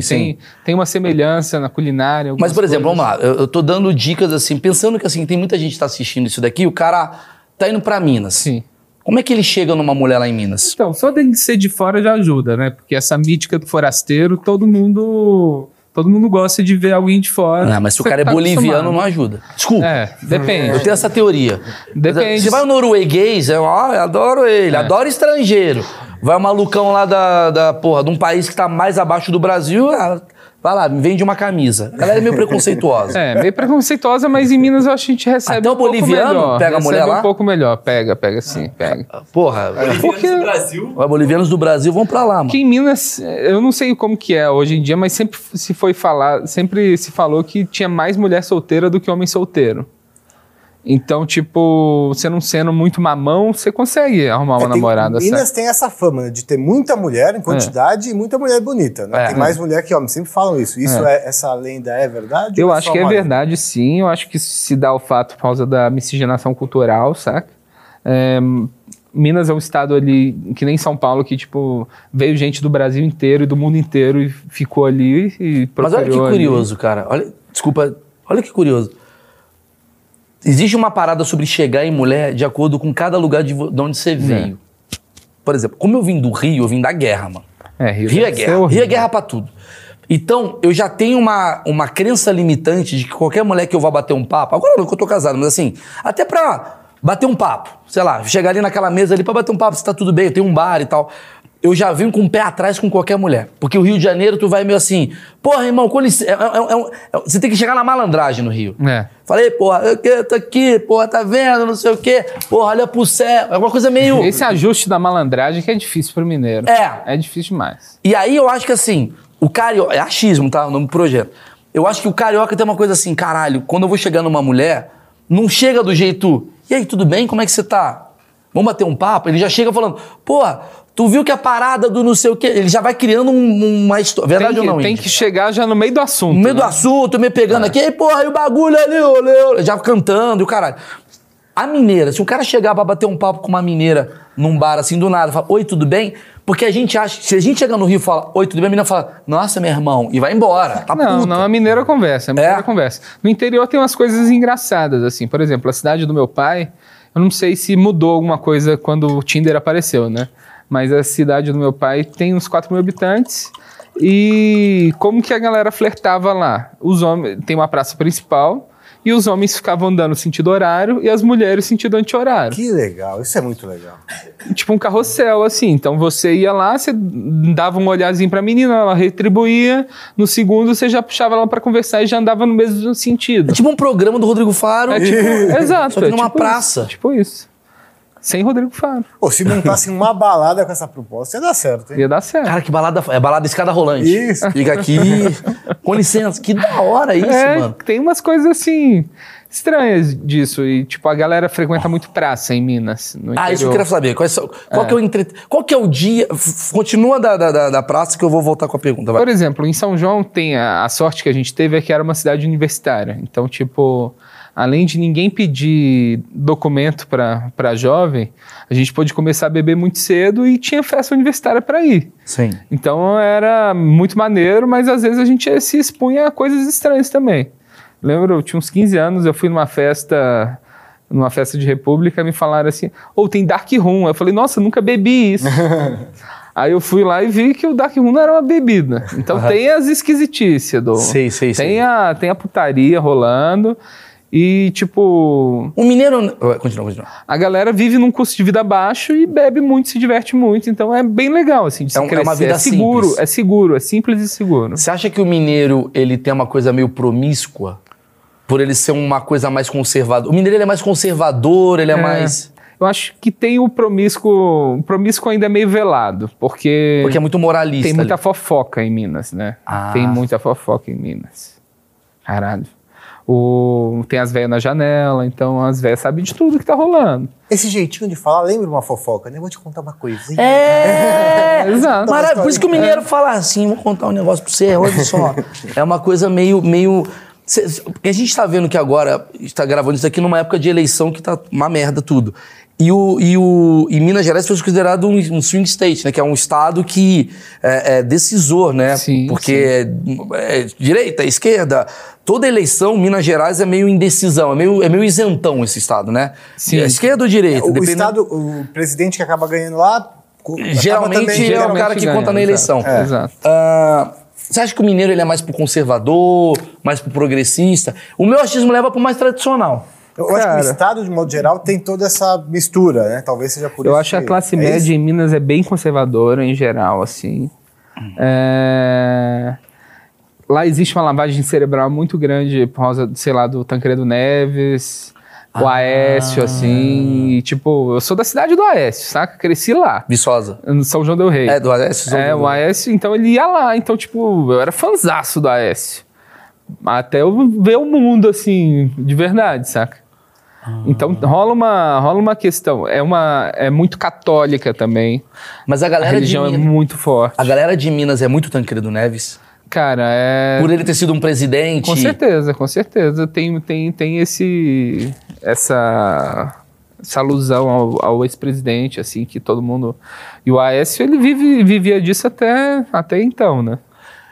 Speaker 1: Sim, sim.
Speaker 2: Tem, tem uma semelhança na culinária.
Speaker 1: Mas,
Speaker 2: algumas
Speaker 1: por exemplo,
Speaker 2: coisas.
Speaker 1: vamos lá, eu, eu tô dando dicas assim, pensando que assim, tem muita gente que tá assistindo isso daqui, o cara tá indo pra Minas.
Speaker 2: Sim.
Speaker 1: Como é que ele chega numa mulher lá em Minas?
Speaker 2: Então, só de ser de fora já ajuda, né? Porque essa mítica do forasteiro, todo mundo, todo mundo gosta de ver alguém de fora.
Speaker 1: Ah, mas se o
Speaker 2: Você
Speaker 1: cara é
Speaker 2: tá
Speaker 1: boliviano, não
Speaker 2: acostumado.
Speaker 1: ajuda. Desculpa.
Speaker 2: É,
Speaker 1: Eu
Speaker 2: depende.
Speaker 1: tenho essa teoria.
Speaker 2: Depende. É.
Speaker 1: Se vai um norueguês, eu, ah, eu adoro ele, adoro estrangeiro. Vai um malucão lá da, da porra, de um país que tá mais abaixo do Brasil, ah, Vai lá, me vende uma camisa. A galera é meio preconceituosa.
Speaker 2: É, meio preconceituosa, mas em Minas eu acho que a gente recebe
Speaker 1: Até
Speaker 2: um
Speaker 1: o
Speaker 2: pouco
Speaker 1: boliviano
Speaker 2: melhor.
Speaker 1: pega a
Speaker 2: recebe
Speaker 1: mulher
Speaker 2: um
Speaker 1: lá? Ah.
Speaker 2: pouco melhor. Pega, pega sim, pega.
Speaker 1: Porra,
Speaker 2: Porque-
Speaker 4: Bolivianos do Brasil.
Speaker 1: os bolivianos do Brasil vão pra lá, mano.
Speaker 2: Porque em Minas, eu não sei como que é hoje em dia, mas sempre se foi falar, sempre se falou que tinha mais mulher solteira do que homem solteiro. Então, tipo, você não sendo muito mamão, você consegue arrumar uma
Speaker 3: É, tem-
Speaker 2: namorada, É.
Speaker 3: Minas
Speaker 2: certo?
Speaker 3: tem essa fama né, de ter muita mulher em quantidade e muita mulher bonita. Né?
Speaker 1: É.
Speaker 3: tem mais mulher que homem. Sempre falam isso. Isso é- essa lenda é verdade?
Speaker 2: Eu
Speaker 3: ou é
Speaker 2: acho
Speaker 3: só
Speaker 2: que é
Speaker 3: uma lenda?
Speaker 2: verdade, sim. Eu acho que isso se dá ao fato por causa da miscigenação cultural, saca? É, Minas é um estado ali, que nem São Paulo, que, tipo, veio gente do Brasil inteiro e do mundo inteiro e ficou ali e
Speaker 1: Mas olha que
Speaker 2: procurou ali.
Speaker 1: curioso, cara. Olha, desculpa, olha que curioso. Existe uma parada sobre chegar em mulher de acordo com cada lugar de, vo- de onde você veio. Por exemplo, como eu vim do Rio, eu vim da guerra, mano.
Speaker 2: É, Rio,
Speaker 1: Rio é
Speaker 2: deve ser
Speaker 1: guerra. Rio
Speaker 2: horrível.
Speaker 1: é guerra pra tudo. Então, eu já tenho uma, uma crença limitante de que qualquer mulher que eu vá bater um papo, agora não que eu tô casado, mas assim, até pra bater um papo, sei lá, chegar ali naquela mesa ali pra bater um papo, se tá tudo bem, eu tenho um bar e tal. Eu já vim com o pé atrás com qualquer mulher. Porque o Rio de Janeiro, tu vai meio assim, porra, irmão, com licença. é- é- é um- é um- você tem que chegar na malandragem no Rio.
Speaker 2: É.
Speaker 1: Falei, porra, eu, que- eu tô aqui, porra, tá vendo, não sei o quê, porra, olha pro céu. É uma coisa meio.
Speaker 2: Esse ajuste da malandragem que é difícil pro mineiro.
Speaker 1: É.
Speaker 2: É difícil demais.
Speaker 1: E aí eu acho que assim, o carioca. É achismo, tá? O nome do projeto. Eu acho que o carioca tem uma coisa assim, caralho, quando eu vou chegar numa mulher, não chega do jeito. E aí, tudo bem? Como é que você tá? Vamos bater um papo? Ele já chega falando, porra, tu viu que a parada do não sei o quê. Ele já vai criando um- uma história. Verdade
Speaker 2: tem que,
Speaker 1: ou não?
Speaker 2: tem
Speaker 1: Índio?
Speaker 2: que chegar já no meio do assunto.
Speaker 1: No meio
Speaker 2: né? É.
Speaker 1: do assunto, me pegando aqui, ei, porra, e o bagulho ali, ô, Leo? já cantando, e o caralho. A mineira, se um cara chegar pra bater um papo com uma mineira num bar assim do nada, fala, oi, tudo bem? Porque a gente acha, se a gente chega no Rio e fala, oi, tudo bem, a menina fala, nossa, meu irmão, e vai embora. Tá
Speaker 2: não,
Speaker 1: puta.
Speaker 2: não, é a mineira conversa, a mineira
Speaker 1: É?
Speaker 2: conversa. No interior tem umas coisas engraçadas, assim. Por exemplo, a cidade do meu pai, eu não sei se mudou alguma coisa quando o Tinder apareceu, né? Mas a cidade do meu pai tem uns 4 mil habitantes. E como que a galera flertava lá? Os homens tem uma praça principal e os homens ficavam andando sentido horário e as mulheres sentido anti-horário.
Speaker 3: Que legal. Isso é muito legal.
Speaker 2: tipo um carrossel, assim. Então você ia lá, você dava um olhazinho pra menina, ela retribuía. No segundo, você já puxava ela pra conversar e já andava no mesmo
Speaker 1: É
Speaker 2: sentido.
Speaker 1: tipo um programa do Rodrigo Faro.
Speaker 2: É tipo, exato.
Speaker 1: Só que
Speaker 2: é
Speaker 1: numa
Speaker 2: tipo
Speaker 1: praça.
Speaker 2: isso, tipo isso. Sem Rodrigo Faro.
Speaker 3: Pô, se montassem uma balada com essa proposta, ia dar certo, hein?
Speaker 2: Ia dar certo.
Speaker 1: Cara, que balada. É balada escada rolante.
Speaker 3: Isso.
Speaker 1: Fica aqui. com licença. Que da hora isso,
Speaker 2: é,
Speaker 1: mano.
Speaker 2: tem umas coisas assim estranhas disso. E, tipo, a galera frequenta muito praça em Minas. no
Speaker 1: Ah, isso que eu
Speaker 2: interior.
Speaker 1: queria saber. Quais são- Qual, que é o entre... qual que é o dia. F- Continua da, da, da- da praça que eu vou voltar com a pergunta. Então Vai.
Speaker 2: Por exemplo, em São João tem a, a sorte que a gente teve é que era uma cidade universitária. Então, tipo, além de ninguém pedir documento para jovem, a gente pôde começar a beber muito cedo e tinha festa universitária para ir.
Speaker 1: Sim.
Speaker 2: Então era muito maneiro, mas às vezes a gente se expunha a coisas estranhas também. Lembro, eu tinha uns 15 anos, eu fui numa festa, numa festa de república, me falaram assim, ou tem Dark Room. Eu falei, nossa, nunca bebi isso. Aí eu fui lá e vi que o Dark Room não era uma bebida. Então tem as esquisitices do.
Speaker 1: Sei, sei, sei.
Speaker 2: Tem a, tem a putaria rolando. E, tipo,
Speaker 1: O um mineiro. Ué, Continua, continua.
Speaker 2: a galera vive num custo de vida baixo e bebe muito, se diverte muito. Então é bem legal, assim, de se
Speaker 1: É um- é
Speaker 2: crescer.
Speaker 1: uma vida
Speaker 2: é seguro,
Speaker 1: simples.
Speaker 2: é seguro, é simples e seguro.
Speaker 1: Você acha que o mineiro ele tem uma coisa meio promíscua? Por ele ser uma coisa mais conservadora. O mineiro ele é mais conservador, ele é, mais.
Speaker 2: Eu acho que tem o promíscuo. O promíscuo ainda é meio velado, porque,
Speaker 1: Porque é muito moralista.
Speaker 2: tem
Speaker 1: ali.
Speaker 2: muita fofoca em Minas, né?
Speaker 1: Ah.
Speaker 2: Tem muita fofoca em Minas. Caralho. O, tem as velhas na janela, então as velhas sabem de tudo que tá rolando.
Speaker 3: Esse jeitinho de falar lembra uma fofoca, né? Vou te contar uma coisinha.
Speaker 1: É!
Speaker 2: Exato.
Speaker 1: Maravilha. Por isso que o mineiro fala assim, vou contar um negócio pra você, olha só. é uma coisa meio... meio... cê- cê- porque a gente tá vendo que agora, está gravando isso aqui numa época de eleição que tá uma merda tudo. E, o, e, o, e Minas Gerais foi considerado um, um swing state, né? Que é um estado que é, é decisor, né?
Speaker 2: Sim,
Speaker 1: Porque É, é direita, é esquerda... Toda eleição, Minas Gerais é meio indecisão, é meio, é meio isentão esse estado, né?
Speaker 2: Sim.
Speaker 1: É esquerda ou direita?
Speaker 3: O, o
Speaker 1: dependendo-
Speaker 3: estado, o presidente que acaba ganhando lá. co- acaba
Speaker 1: Geralmente
Speaker 3: também-
Speaker 1: ele é o
Speaker 2: Geralmente
Speaker 1: cara que
Speaker 2: ganha,
Speaker 1: conta na
Speaker 2: exato.
Speaker 1: eleição.
Speaker 2: É. Exato.
Speaker 1: Ah, você acha que o mineiro ele é mais pro conservador, mais pro progressista? O meu achismo leva pro mais tradicional.
Speaker 3: Eu acho que
Speaker 2: é um Cara.
Speaker 3: o Estado, de modo geral, tem toda essa mistura, né? Talvez seja por
Speaker 2: Eu
Speaker 3: isso.
Speaker 2: acho que a classe
Speaker 3: é
Speaker 2: média
Speaker 3: isso.
Speaker 2: em Minas é bem conservadora em geral, assim. É, lá existe uma lavagem cerebral muito grande por causa, sei lá, do Tancredo Neves, o
Speaker 1: Ah.
Speaker 2: Aécio, assim. E, tipo, eu sou da cidade do Aécio, saca? Cresci lá,
Speaker 1: Viçosa.
Speaker 2: no São João Del Rei.
Speaker 1: É, do Aécio. São
Speaker 2: É,
Speaker 1: João.
Speaker 2: o Aécio, então ele ia lá. Então, tipo, eu era fanzaço do Aécio. Até eu ver o mundo, assim, de verdade, saca? Então rola uma, rola uma questão. É, uma, é muito católica também.
Speaker 1: Mas a
Speaker 2: A
Speaker 1: galera, de
Speaker 2: religião é
Speaker 1: Minas,
Speaker 2: muito forte.
Speaker 1: a galera de Minas é muito Tancredo Neves.
Speaker 2: Cara, é.
Speaker 1: Por ele ter sido um presidente.
Speaker 2: Com certeza, com certeza. Tem, tem, tem esse. Essa. Essa alusão ao, ao ex-presidente, assim, que todo mundo. E o Aécio, ele vive, vivia disso até, até então, né?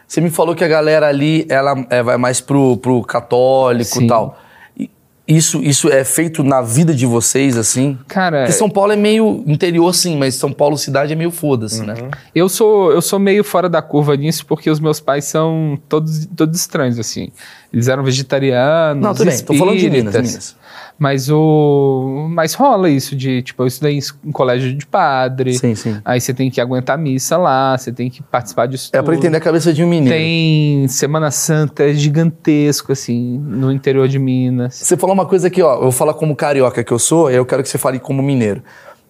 Speaker 1: Você me falou que a galera ali, ela é, vai mais pro, pro católico e
Speaker 2: Sim.
Speaker 1: tal. E Isso, isso é feito na vida de vocês, assim?
Speaker 2: Cara.
Speaker 1: Porque São Paulo é meio interior, sim, mas São Paulo cidade é meio foda-se, né?
Speaker 2: Eu sou, eu sou meio fora da curva nisso, porque os meus pais são todos, todos estranhos, assim. Eles eram vegetarianos,
Speaker 1: Não, tudo bem, tô falando de Minas,
Speaker 2: espíritas.
Speaker 1: Minas.
Speaker 2: Mas, o, mas rola isso de, tipo, eu estudei em, es- em colégio de padre,
Speaker 1: Sim, sim.
Speaker 2: aí você tem que aguentar missa lá, você tem que participar disso
Speaker 1: É pra
Speaker 2: tudo.
Speaker 1: entender a cabeça de um menino.
Speaker 2: Tem Semana Santa, é gigantesco, assim, no interior de Minas.
Speaker 1: Você falou uma coisa aqui, ó. Eu vou falar como carioca que eu sou, e eu quero que você fale como mineiro.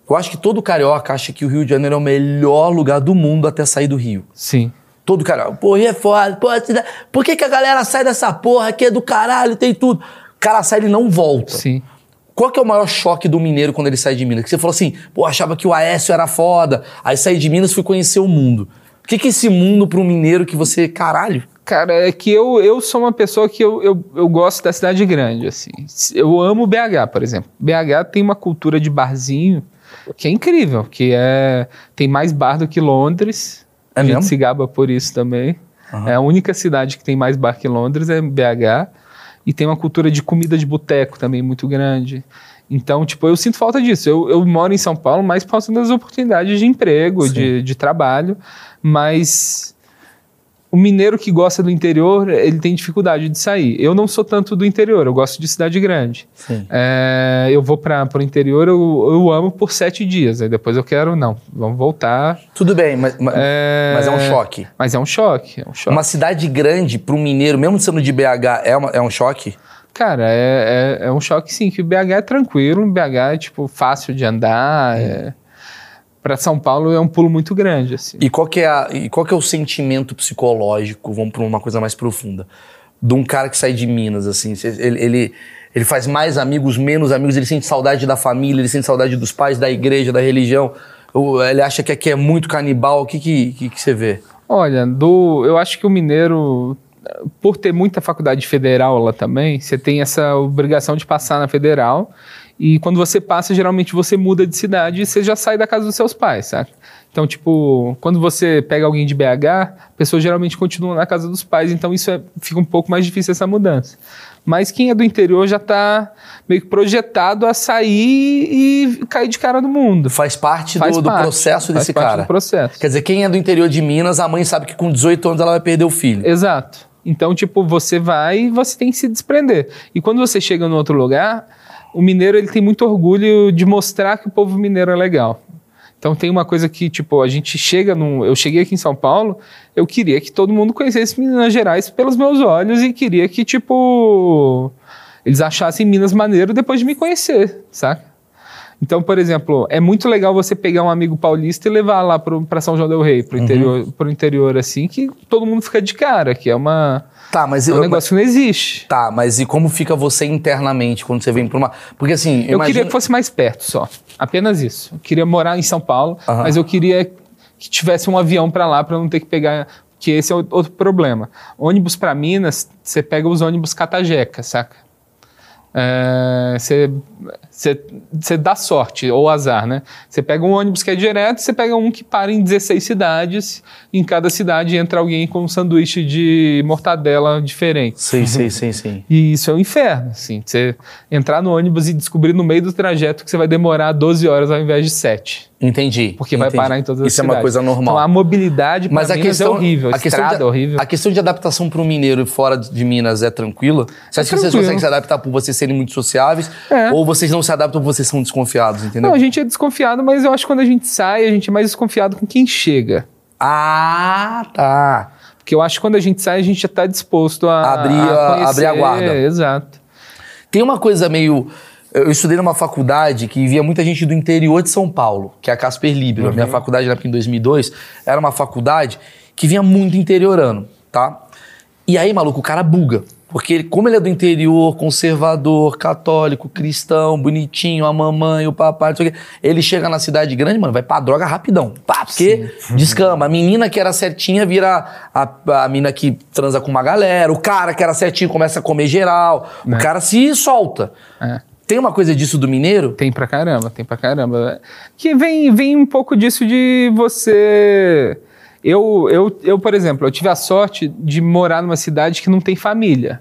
Speaker 1: Eu acho que todo carioca acha que o Rio de Janeiro é o melhor lugar do mundo até sair do Rio.
Speaker 2: Sim.
Speaker 1: Todo carioca. Pô, Rio é foda. Pô, cida- por que, que a galera sai dessa porra aqui? É do caralho, tem tudo. O cara sai e não volta.
Speaker 2: Sim.
Speaker 1: Qual que é o maior choque do mineiro quando ele sai de Minas? Que você falou assim, pô, achava que o Aécio era foda. Aí saí de Minas fui conhecer o mundo. O que, que é esse mundo pro mineiro que você. Caralho?
Speaker 2: Cara, é que eu, eu sou uma pessoa que eu, eu, eu gosto da cidade grande, assim. Eu amo BH, por exemplo. BH tem uma cultura de barzinho que é incrível, que é... Tem mais bar do que Londres.
Speaker 1: É
Speaker 2: a gente
Speaker 1: mesmo?
Speaker 2: se gaba por isso também.
Speaker 1: Aham.
Speaker 2: É a única cidade que tem mais bar que Londres, é BH. E tem uma cultura de comida de boteco também muito grande. Então, tipo, eu sinto falta disso. Eu, eu moro em São Paulo mais por causa das oportunidades de emprego,
Speaker 1: Sim.
Speaker 2: de, de trabalho, mas o mineiro que gosta do interior, ele tem dificuldade de sair. Eu não sou tanto do interior, eu gosto de cidade grande.
Speaker 1: Sim.
Speaker 2: É, eu vou para o interior, eu, eu amo por sete dias. Aí depois eu quero, não, vamos voltar.
Speaker 1: Tudo bem, mas, mas-
Speaker 2: É,
Speaker 1: mas é um choque.
Speaker 2: Mas é um choque, é um choque.
Speaker 1: Uma cidade grande pro mineiro, mesmo sendo de BH, é, uma- é um choque?
Speaker 2: Cara, é, é- é um choque sim, que o BH é tranquilo, o BH é, tipo, fácil de andar. É. Para São Paulo é um pulo muito grande, assim.
Speaker 1: E qual que é, a- e qual que é o sentimento psicológico, vamos pra uma coisa mais profunda, de um cara que sai de Minas, assim? Cê- Ele, ele, ele faz mais amigos, menos amigos, ele sente saudade da família, ele sente saudade dos pais, da igreja, da religião. Ou ele acha que aqui é muito canibal. O que que que que você vê?
Speaker 2: Olha, do, eu acho que o mineiro, por ter muita faculdade federal lá também, você tem essa obrigação de passar na federal. E quando você passa, geralmente você muda de cidade e você já sai da casa dos seus pais, sabe? Então, tipo, quando você pega alguém de BH, a pessoa geralmente continua na casa dos pais, então isso é- fica um pouco mais difícil essa mudança. Mas quem é do interior já tá meio que projetado a sair e cair de cara no mundo.
Speaker 1: Faz parte,
Speaker 2: Faz
Speaker 1: do, do
Speaker 2: parte,
Speaker 1: processo
Speaker 2: faz
Speaker 1: desse
Speaker 2: parte
Speaker 1: cara.
Speaker 2: do processo.
Speaker 1: Quer dizer, quem é do interior de Minas, a mãe sabe que com 18 anos ela vai perder o filho.
Speaker 2: Exato. Então, tipo, você vai e você tem que se desprender. E quando você chega num outro lugar, o mineiro ele tem muito orgulho de mostrar que o povo mineiro é legal. Então tem uma coisa que, tipo, a gente chega num. Eu cheguei aqui em São Paulo, eu queria que todo mundo conhecesse Minas Gerais pelos meus olhos e queria que, tipo, eles achassem Minas maneiro depois de me conhecer, saca? Então, por exemplo, é muito legal você pegar um amigo paulista e levar lá para São João del Rei, pro interior, pro interior assim, que todo mundo fica de cara, que é uma
Speaker 1: Tá, mas
Speaker 2: é um
Speaker 1: eu-
Speaker 2: negócio que não existe.
Speaker 1: Tá, mas e como fica você internamente quando você vem pra uma. Porque assim,
Speaker 2: Eu queria que fosse mais perto só, apenas isso. Eu queria morar em São Paulo,
Speaker 1: Aham.
Speaker 2: mas eu queria que tivesse um avião para lá para não ter que pegar, que esse é o- outro problema. Ônibus para Minas, você pega os ônibus catajeca, saca? É, Você você- você dá sorte ou azar, né? Você pega um ônibus que é direto, você pega um que para em 16 cidades. Em cada cidade entra alguém com um sanduíche de mortadela diferente.
Speaker 1: Sim, sim, sim, sim.
Speaker 2: E isso é um inferno, assim. Você entrar no ônibus e descobrir no meio do trajeto que você vai demorar 12 horas ao invés de 7.
Speaker 1: Entendi.
Speaker 2: Porque
Speaker 1: entendi.
Speaker 2: vai parar em todas as
Speaker 1: Isso é uma
Speaker 2: cidades.
Speaker 1: coisa normal.
Speaker 2: Então a mobilidade para
Speaker 1: mas a
Speaker 2: Minas
Speaker 1: questão
Speaker 2: é horrível. A,
Speaker 1: a questão
Speaker 2: estrada
Speaker 1: de,
Speaker 2: é horrível.
Speaker 1: A questão de adaptação pro mineiro fora de Minas é tranquila? Você
Speaker 2: É
Speaker 1: acha que vocês
Speaker 2: tranquilo.
Speaker 1: conseguem se adaptar por vocês serem muito sociáveis?
Speaker 2: É.
Speaker 1: Ou vocês não se adaptam porque vocês são desconfiados, entendeu?
Speaker 2: Não, a gente é desconfiado, mas eu acho que quando a gente sai, a gente é mais desconfiado com quem chega.
Speaker 1: Ah, tá.
Speaker 2: Porque eu acho que quando a gente sai, a gente já está disposto a
Speaker 1: Abrir a-
Speaker 2: conhecer.
Speaker 1: abrir
Speaker 2: É,
Speaker 1: a guarda.
Speaker 2: Exato.
Speaker 1: Tem uma coisa meio. Eu estudei numa faculdade que via muita gente do interior de São Paulo, que é a Casper Libro. A minha faculdade, na época, em 2002, era uma faculdade que vinha muito interiorano, tá? E aí, maluco, o cara buga. Porque ele- como ele é do interior, conservador, católico, cristão, bonitinho, a mamãe, o papai, não sei o quê, ele chega na cidade grande, mano, vai pra droga rapidão. Pá, porque descamba. A menina que era certinha vira a, a mina que transa com uma galera. O cara que era certinho começa a comer geral.
Speaker 2: Né?
Speaker 1: O cara se solta.
Speaker 2: É.
Speaker 1: Tem uma coisa disso do mineiro?
Speaker 2: Tem pra caramba, tem pra caramba. Que vem, vem um pouco disso de você. Eu, eu, eu, por exemplo, eu tive a sorte de morar numa cidade que não tem família.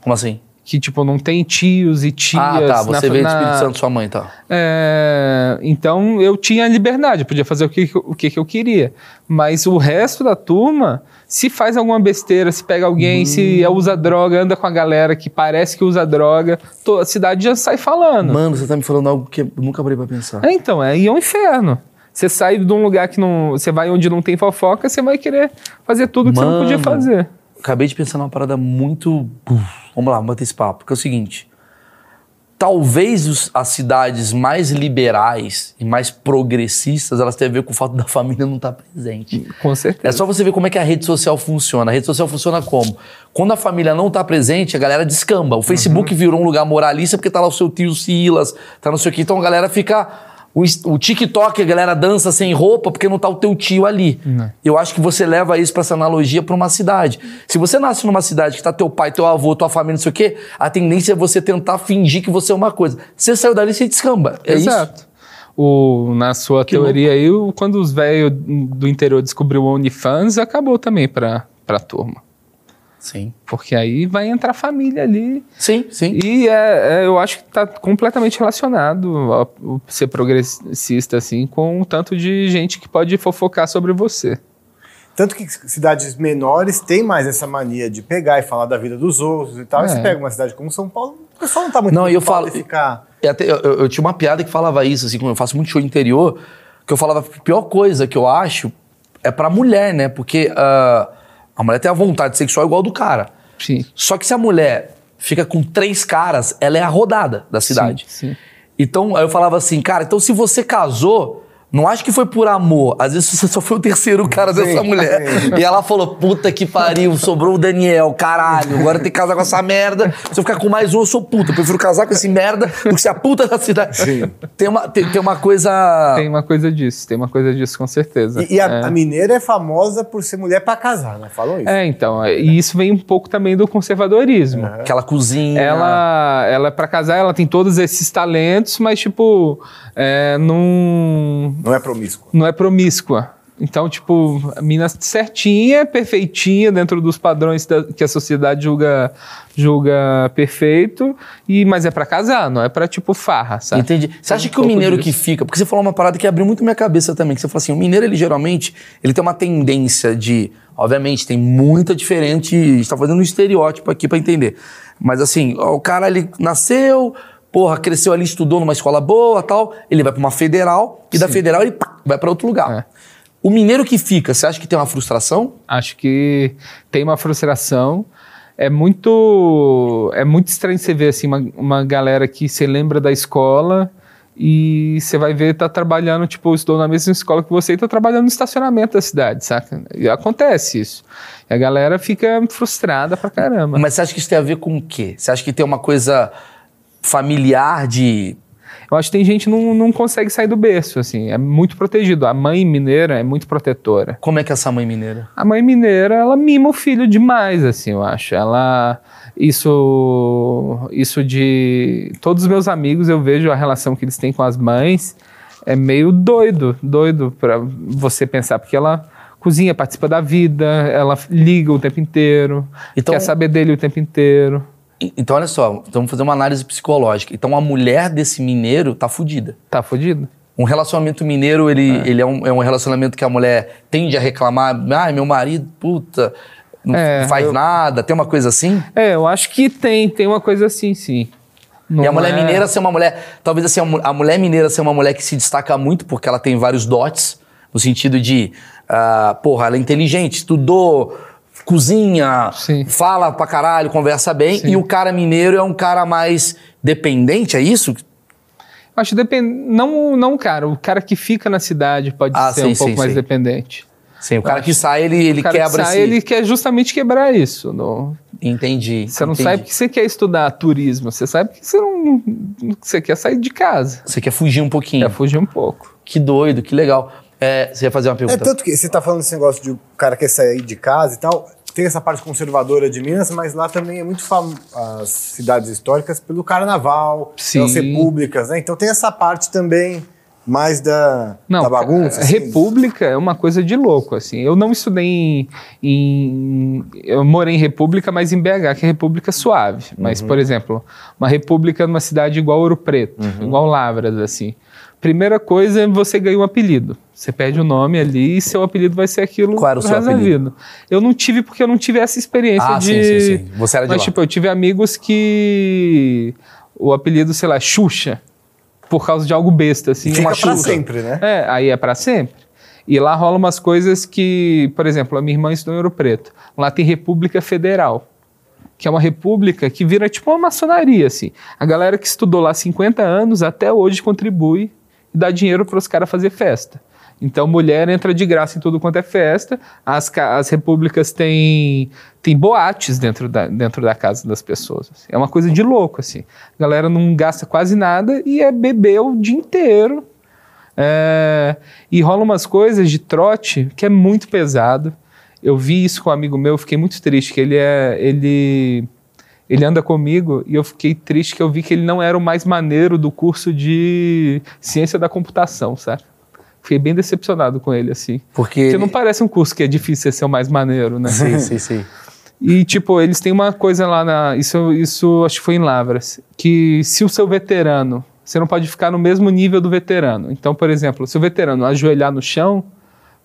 Speaker 1: Como assim?
Speaker 2: Que, tipo, não tem tios e tias.
Speaker 1: ah, tá.
Speaker 2: na-
Speaker 1: Você veio do
Speaker 2: na-
Speaker 1: Espírito Santo, sua mãe, tá.
Speaker 2: É, então eu tinha liberdade, eu podia fazer o que, o que, que eu queria. Mas o resto da turma, se faz alguma besteira, se pega alguém, se
Speaker 1: Hum.
Speaker 2: usa droga, anda com a galera que parece que usa droga, to- a cidade já sai falando.
Speaker 1: Mano, você tá me falando algo que eu nunca parei pra pensar.
Speaker 2: É, então, aí é um inferno. Você sai de um lugar que não. Você vai onde não tem fofoca, você vai querer fazer tudo que você não podia
Speaker 1: Mano.
Speaker 2: fazer.
Speaker 1: Acabei de pensar numa parada muito. Vamos lá, vamos bater esse papo. Que é o seguinte: talvez os- as cidades mais liberais e mais progressistas elas tenham a ver com o fato da família não estar presente.
Speaker 2: Com certeza.
Speaker 1: É só você ver como é que a rede social funciona. A rede social funciona como? Quando a família não tá presente, a galera descamba. O Facebook virou um lugar moralista porque tá lá o seu tio Silas, tá não sei o quê. Então a galera fica. O, ins- o TikTok, a galera dança sem roupa porque não tá o teu tio ali. Eu acho que você leva isso pra essa analogia pra uma cidade. Se você nasce numa cidade que tá teu pai, teu avô, tua família, não sei o quê, a tendência é você tentar fingir que você é uma coisa. Você saiu dali, você descamba. É isso?
Speaker 2: Exato. O, na sua
Speaker 1: Que
Speaker 2: teoria aí, o- quando os velhos do interior descobriu o OnlyFans, acabou também pra, pra turma.
Speaker 1: Sim.
Speaker 2: Porque aí vai entrar a família ali.
Speaker 1: Sim, sim.
Speaker 2: E é- é, eu acho que tá completamente relacionado a- o ser progressista, assim, com o tanto de gente que pode fofocar sobre você.
Speaker 3: Tanto que cidades menores têm mais essa mania de pegar e falar da vida dos outros e tal. E
Speaker 2: É.
Speaker 3: você pega uma cidade como São Paulo, o pessoal não tá muito
Speaker 1: Não, e eu
Speaker 3: preocupado
Speaker 1: falo-
Speaker 3: em ficar.
Speaker 1: E até- eu, eu- eu tinha uma piada que falava isso, assim, como eu faço muito show interior, que eu falava, a pior coisa que eu acho é pra mulher, né? Porque ah, a mulher tem a vontade sexual igual a do cara.
Speaker 2: Sim.
Speaker 1: Só que se a mulher fica com três caras, ela é a rodada da cidade.
Speaker 2: sim.
Speaker 1: Então, aí eu falava assim, cara, então se você casou, não acho que foi por amor. Às vezes você só foi o terceiro cara dessa mulher. E ela falou, puta que pariu, sobrou o Daniel, caralho. Agora tem que casar com essa merda. Se eu ficar com mais um, eu sou puta. Eu prefiro casar com esse merda do que ser a puta da cidade. Tem uma, tem, tem uma coisa...
Speaker 2: Tem uma coisa disso, tem uma coisa disso com certeza.
Speaker 3: Ah. E, e a,
Speaker 2: É.
Speaker 3: a mineira é famosa por ser mulher pra casar, né? Falam isso.
Speaker 2: É, então, é, e isso vem um pouco também do conservadorismo.
Speaker 3: É.
Speaker 1: Aquela cozinha...
Speaker 2: Ela, ela para casar, ela tem todos esses talentos, mas tipo, é, não,
Speaker 3: Não é promíscua.
Speaker 2: não é promíscua. Então, tipo, a mina certinha, perfeitinha dentro dos padrões da- que a sociedade julga, julga perfeito, e mas é pra casar, não é pra tipo farra, sabe?
Speaker 1: Entendi. Você acha
Speaker 2: um
Speaker 1: que Então, o
Speaker 2: pouco
Speaker 1: mineiro
Speaker 2: disso.
Speaker 1: que fica, porque você falou uma parada que abriu muito minha cabeça também, que você falou assim, o mineiro ele geralmente, ele tem uma tendência de, obviamente, tem muita diferente, está fazendo um estereótipo aqui pra entender. Mas assim, ó, o cara ele nasceu, porra, cresceu ali, estudou numa escola boa, tal, ele vai pra uma federal e da federal ele pá, vai pra outro lugar.
Speaker 2: É.
Speaker 1: O mineiro que fica, você acha que tem uma frustração?
Speaker 2: Acho que tem uma frustração. É muito, é muito estranho você ver assim, uma, uma galera que você lembra da escola e você vai ver tá trabalhando, tipo, estudou na mesma escola que você e tá trabalhando no estacionamento da cidade, saca? E acontece isso. E a galera fica frustrada pra caramba.
Speaker 1: Mas você acha que isso tem a ver com o quê? Você acha que tem uma coisa familiar de
Speaker 2: Eu acho que tem gente que não, não consegue sair do berço, assim. É muito protegido. A mãe mineira é muito protetora.
Speaker 1: como é que é essa mãe mineira?
Speaker 2: A mãe mineira, ela mima o filho demais, assim, eu acho. Ela. Isso. Isso de. Todos os meus amigos, eu vejo a relação que eles têm com as mães. É meio doido, doido pra você pensar, porque ela cozinha, participa da vida, ela liga o tempo inteiro,
Speaker 1: Então-
Speaker 2: quer saber dele o tempo inteiro.
Speaker 1: E- Então, olha só, então vamos fazer uma análise psicológica. Então, a mulher desse mineiro tá fudida.
Speaker 2: Tá fodido?
Speaker 1: Um relacionamento mineiro, ele, ele é, um, é um relacionamento que a mulher tende a reclamar. Ai, meu marido, puta, não
Speaker 2: É,
Speaker 1: faz
Speaker 2: eu-
Speaker 1: nada. Tem uma coisa assim?
Speaker 2: É, eu acho que tem, tem uma coisa assim, sim. Não
Speaker 1: e a mulher
Speaker 2: é-
Speaker 1: mineira ser uma mulher. Talvez assim, a mu- a mulher mineira ser uma mulher que se destaca muito porque ela tem vários dotes, no sentido de, ah, porra, ela é inteligente, estudou, cozinha,
Speaker 2: Sim.
Speaker 1: fala pra caralho, conversa bem,
Speaker 2: Sim.
Speaker 1: e o cara mineiro é um cara mais dependente, é isso?
Speaker 2: Acho que depende. Não, não, cara. O cara que fica na cidade pode
Speaker 1: Ah,
Speaker 2: ser
Speaker 1: sim,
Speaker 2: um pouco
Speaker 1: sim,
Speaker 2: mais
Speaker 1: sim.
Speaker 2: dependente.
Speaker 1: Sim, o cara que sai, ele, ele
Speaker 2: o cara
Speaker 1: quebra
Speaker 2: que sai,
Speaker 1: esse...
Speaker 2: ele quer justamente quebrar isso. no-
Speaker 1: Entendi.
Speaker 2: Você não
Speaker 1: entendi.
Speaker 2: sai porque você quer estudar turismo, você sai porque você não. que Você quer sair de casa.
Speaker 1: Você quer fugir um pouquinho.
Speaker 2: Quer fugir um pouco.
Speaker 1: Que doido, que legal. É, você ia fazer uma
Speaker 3: É
Speaker 1: pergunta?
Speaker 3: tanto que você tá falando desse negócio de o cara quer sair de casa e tal. Tem essa parte conservadora de Minas, mas lá também é muito famoso as cidades históricas pelo carnaval,
Speaker 2: Sim.
Speaker 3: pelas repúblicas, né? Então tem essa parte também mais da,
Speaker 2: Não,
Speaker 1: Tá
Speaker 3: da bagunça.
Speaker 2: a
Speaker 3: assim.
Speaker 2: República é uma coisa de louco, assim. Eu não estudei em, em- Eu morei em República, mas em BH, que é República suave. Mas,
Speaker 1: Uhum.
Speaker 2: por exemplo, uma República numa cidade igual Ouro Preto,
Speaker 1: Uhum.
Speaker 2: igual Lavras, assim. Primeira coisa, você ganha um apelido. Você pede o nome ali e seu apelido vai ser aquilo
Speaker 1: Qual era o
Speaker 2: pro
Speaker 1: seu
Speaker 2: resto da
Speaker 1: apelido?
Speaker 2: vida. Eu não tive porque eu não tive essa experiência
Speaker 1: Ah,
Speaker 2: de...
Speaker 1: sim, sim, sim. Você era de
Speaker 2: Mas,
Speaker 1: lá.
Speaker 2: tipo, eu tive amigos que... O apelido, sei lá, Xuxa. Por causa de algo besta, assim.
Speaker 3: Fica
Speaker 1: uma
Speaker 3: pra
Speaker 1: chuva.
Speaker 3: sempre, né?
Speaker 2: É, aí é pra sempre. E lá rolam umas coisas que, por exemplo, a minha irmã estudou em Ouro Preto. Lá tem República Federal, que é uma república que vira tipo uma maçonaria, assim. A galera que estudou lá 50 anos até hoje contribui e dá dinheiro pros caras fazer festa. Então, mulher entra de graça em tudo quanto é festa. As, ca- as repúblicas têm, têm boates dentro da, dentro da casa das pessoas. assim. É uma coisa de louco, assim. A galera não gasta quase nada e é beber o dia inteiro. É, e rola umas coisas de trote que é muito pesado. Eu vi isso com um amigo meu, eu fiquei muito triste, que ele é. Ele, ele anda comigo e eu fiquei triste que eu vi que ele não era o mais maneiro do curso de ciência da computação, sabe? Fiquei bem decepcionado com ele, assim.
Speaker 1: Porque...
Speaker 2: Porque não parece um curso que é difícil você ser o mais maneiro, né?
Speaker 1: Sim, sim, sim.
Speaker 2: E, tipo, eles têm uma coisa lá na. Isso, isso acho que foi em Lavras. Que se o seu veterano. Você não pode ficar no mesmo nível do veterano. Então, por exemplo, se o veterano ajoelhar no chão,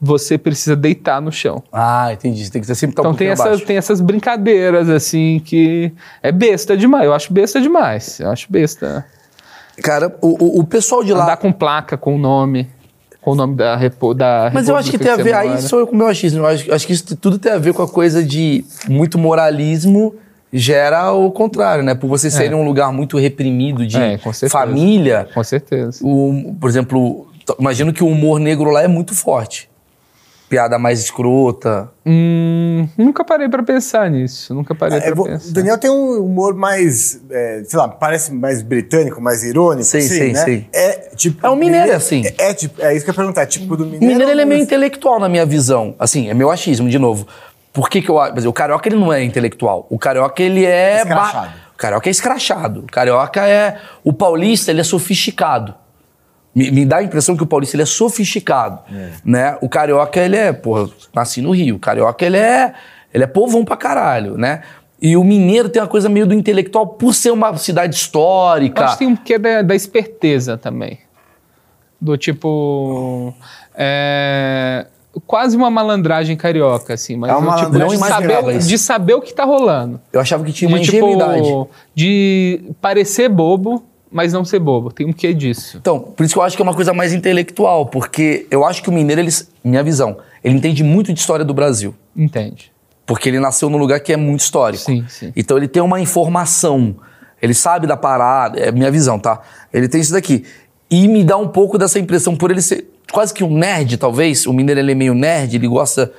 Speaker 2: você precisa deitar no chão.
Speaker 1: Ah, entendi. Você tem que sempre estar um
Speaker 2: então tem
Speaker 1: pouquinho
Speaker 2: essas,
Speaker 1: abaixo.
Speaker 2: tem essas brincadeiras, assim, que. É besta demais. Eu acho besta demais. Eu acho besta.
Speaker 1: Cara, o, o- o pessoal de lá...
Speaker 2: Andar com placa, com o nome. Com o nome da, repo, da
Speaker 1: Mas eu acho que tem
Speaker 2: república
Speaker 1: a
Speaker 2: você
Speaker 1: ver, aí
Speaker 2: mora.
Speaker 1: sou eu com o meu achismo, eu acho, acho que isso tudo tem a ver com a coisa de muito moralismo gera o contrário, né? Por você ser um lugar muito reprimido de
Speaker 2: É, com certeza.
Speaker 1: família,
Speaker 2: Com certeza.
Speaker 1: o, hum, por exemplo, t- imagino que o humor negro lá é muito forte. Piada mais escrota.
Speaker 2: Hum, nunca parei pra pensar nisso. Nunca
Speaker 1: Ah,
Speaker 2: parei pra
Speaker 3: É, vo-
Speaker 2: pensar.
Speaker 3: o Daniel tem um humor mais, é, sei lá, parece mais britânico, mais irônico.
Speaker 1: Sim,
Speaker 3: assim,
Speaker 1: sim,
Speaker 3: né?
Speaker 1: sim.
Speaker 3: É tipo.
Speaker 1: É, o mineiro é assim.
Speaker 3: É, é tipo- é isso que eu ia perguntar. É tipo do mineiro.
Speaker 1: O mineiro ele é meio
Speaker 3: mas-
Speaker 1: intelectual na minha visão. Assim, é meu achismo, de novo. Por que, que eu acho? quer dizer, O carioca ele não é intelectual. O carioca ele é. ba-
Speaker 3: Escrachado.
Speaker 1: O carioca é escrachado. O carioca é. O paulista ele é sofisticado. Me, me dá a impressão que o paulista ele é sofisticado,
Speaker 2: É.
Speaker 1: né? O carioca ele é, porra, nasci no Rio. O carioca ele é, ele é povão pra caralho, né? E o mineiro tem uma coisa meio do intelectual por ser uma cidade histórica.
Speaker 2: Eu Acho que tem um quê da, da esperteza também. Do tipo. é, quase uma malandragem carioca, assim. Mas
Speaker 3: É
Speaker 2: do
Speaker 3: uma
Speaker 2: tipo,
Speaker 3: malandragem
Speaker 2: de,
Speaker 1: mais grave,
Speaker 2: saber,
Speaker 1: isso.
Speaker 2: de saber o que tá rolando.
Speaker 1: Eu achava que tinha uma
Speaker 2: de,
Speaker 1: ingenuidade.
Speaker 2: tipo, de parecer bobo, mas não ser bobo. Tem um quê disso.
Speaker 1: Então, por isso que eu acho que é uma coisa mais intelectual, porque eu acho que o mineiro, ele, minha visão, ele entende muito de história do Brasil.
Speaker 2: Entende?
Speaker 1: Porque ele nasceu num lugar que é muito histórico.
Speaker 2: Sim, sim.
Speaker 1: Então ele tem uma informação, ele sabe da parada, é minha visão, tá? Ele tem isso daqui. E me dá um pouco dessa impressão por ele ser quase que um nerd, talvez. O mineiro ele é meio nerd, ele gosta.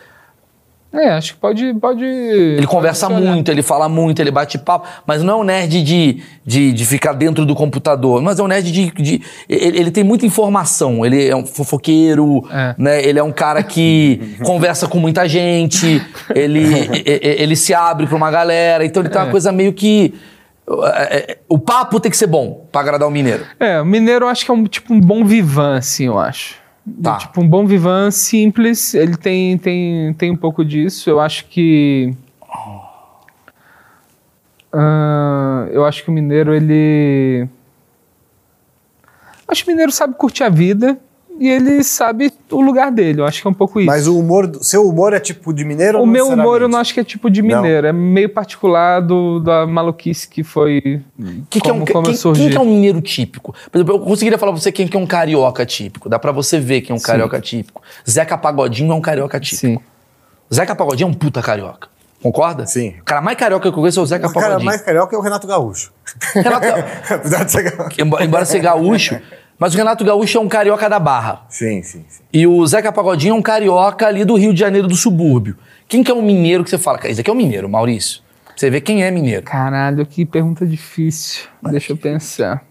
Speaker 2: É, acho que pode. pode
Speaker 1: Ele conversa
Speaker 2: pode olhar.
Speaker 1: muito, ele fala muito, ele bate papo, mas não é um nerd de, de, de ficar dentro do computador, mas é um nerd de. de- ele, ele tem muita informação, ele é um fofoqueiro,
Speaker 2: É.
Speaker 1: né? Ele é um cara que conversa com muita gente, ele, e- e- ele se abre pra uma galera, então ele tem uma coisa meio que. é, é, O papo tem que ser bom pra agradar o mineiro.
Speaker 2: É, o mineiro eu acho que é um tipo um bom vivan, assim, eu acho.
Speaker 1: Tá.
Speaker 2: E, Tipo, um bom vivan simples, ele tem, tem, tem um pouco disso. Eu acho que. Ah, eu acho que o mineiro, ele. Acho que o mineiro sabe curtir a vida e ele sabe o lugar dele. Eu acho que é um pouco isso.
Speaker 3: Mas o humor. do- Seu humor é tipo de mineiro
Speaker 2: O
Speaker 3: ou
Speaker 2: meu humor eu
Speaker 3: necessariamente?
Speaker 2: não acho que é tipo de mineiro, é meio particular do, da maluquice que foi.
Speaker 1: Que que é um-
Speaker 2: como, como
Speaker 1: quem,
Speaker 2: eu surgi.
Speaker 1: quem que é um mineiro típico? Por exemplo, eu conseguiria falar pra você quem que é um carioca típico. Dá pra você ver quem é um carioca típico. Zeca Pagodinho é um carioca típico.
Speaker 2: Sim.
Speaker 1: Zeca Pagodinho é um puta carioca. Concorda?
Speaker 3: Sim.
Speaker 1: O cara mais carioca que eu conheço é o Zeca
Speaker 3: O cara
Speaker 1: Pagodinho.
Speaker 3: mais carioca é o Renato Gaúcho.
Speaker 1: Renato-
Speaker 3: Apesar de ser gaúcho.
Speaker 1: Emba- embora seja gaúcho, mas o Renato Gaúcho é um carioca da Barra.
Speaker 3: Sim, sim, sim.
Speaker 1: E o Zeca Pagodinho é um carioca ali do Rio de Janeiro do subúrbio. Quem que é um mineiro que você fala? Cara, esse aqui é um mineiro, Maurício. Pra Você vê quem é mineiro.
Speaker 2: Caralho, que pergunta difícil. Deixa eu pensar.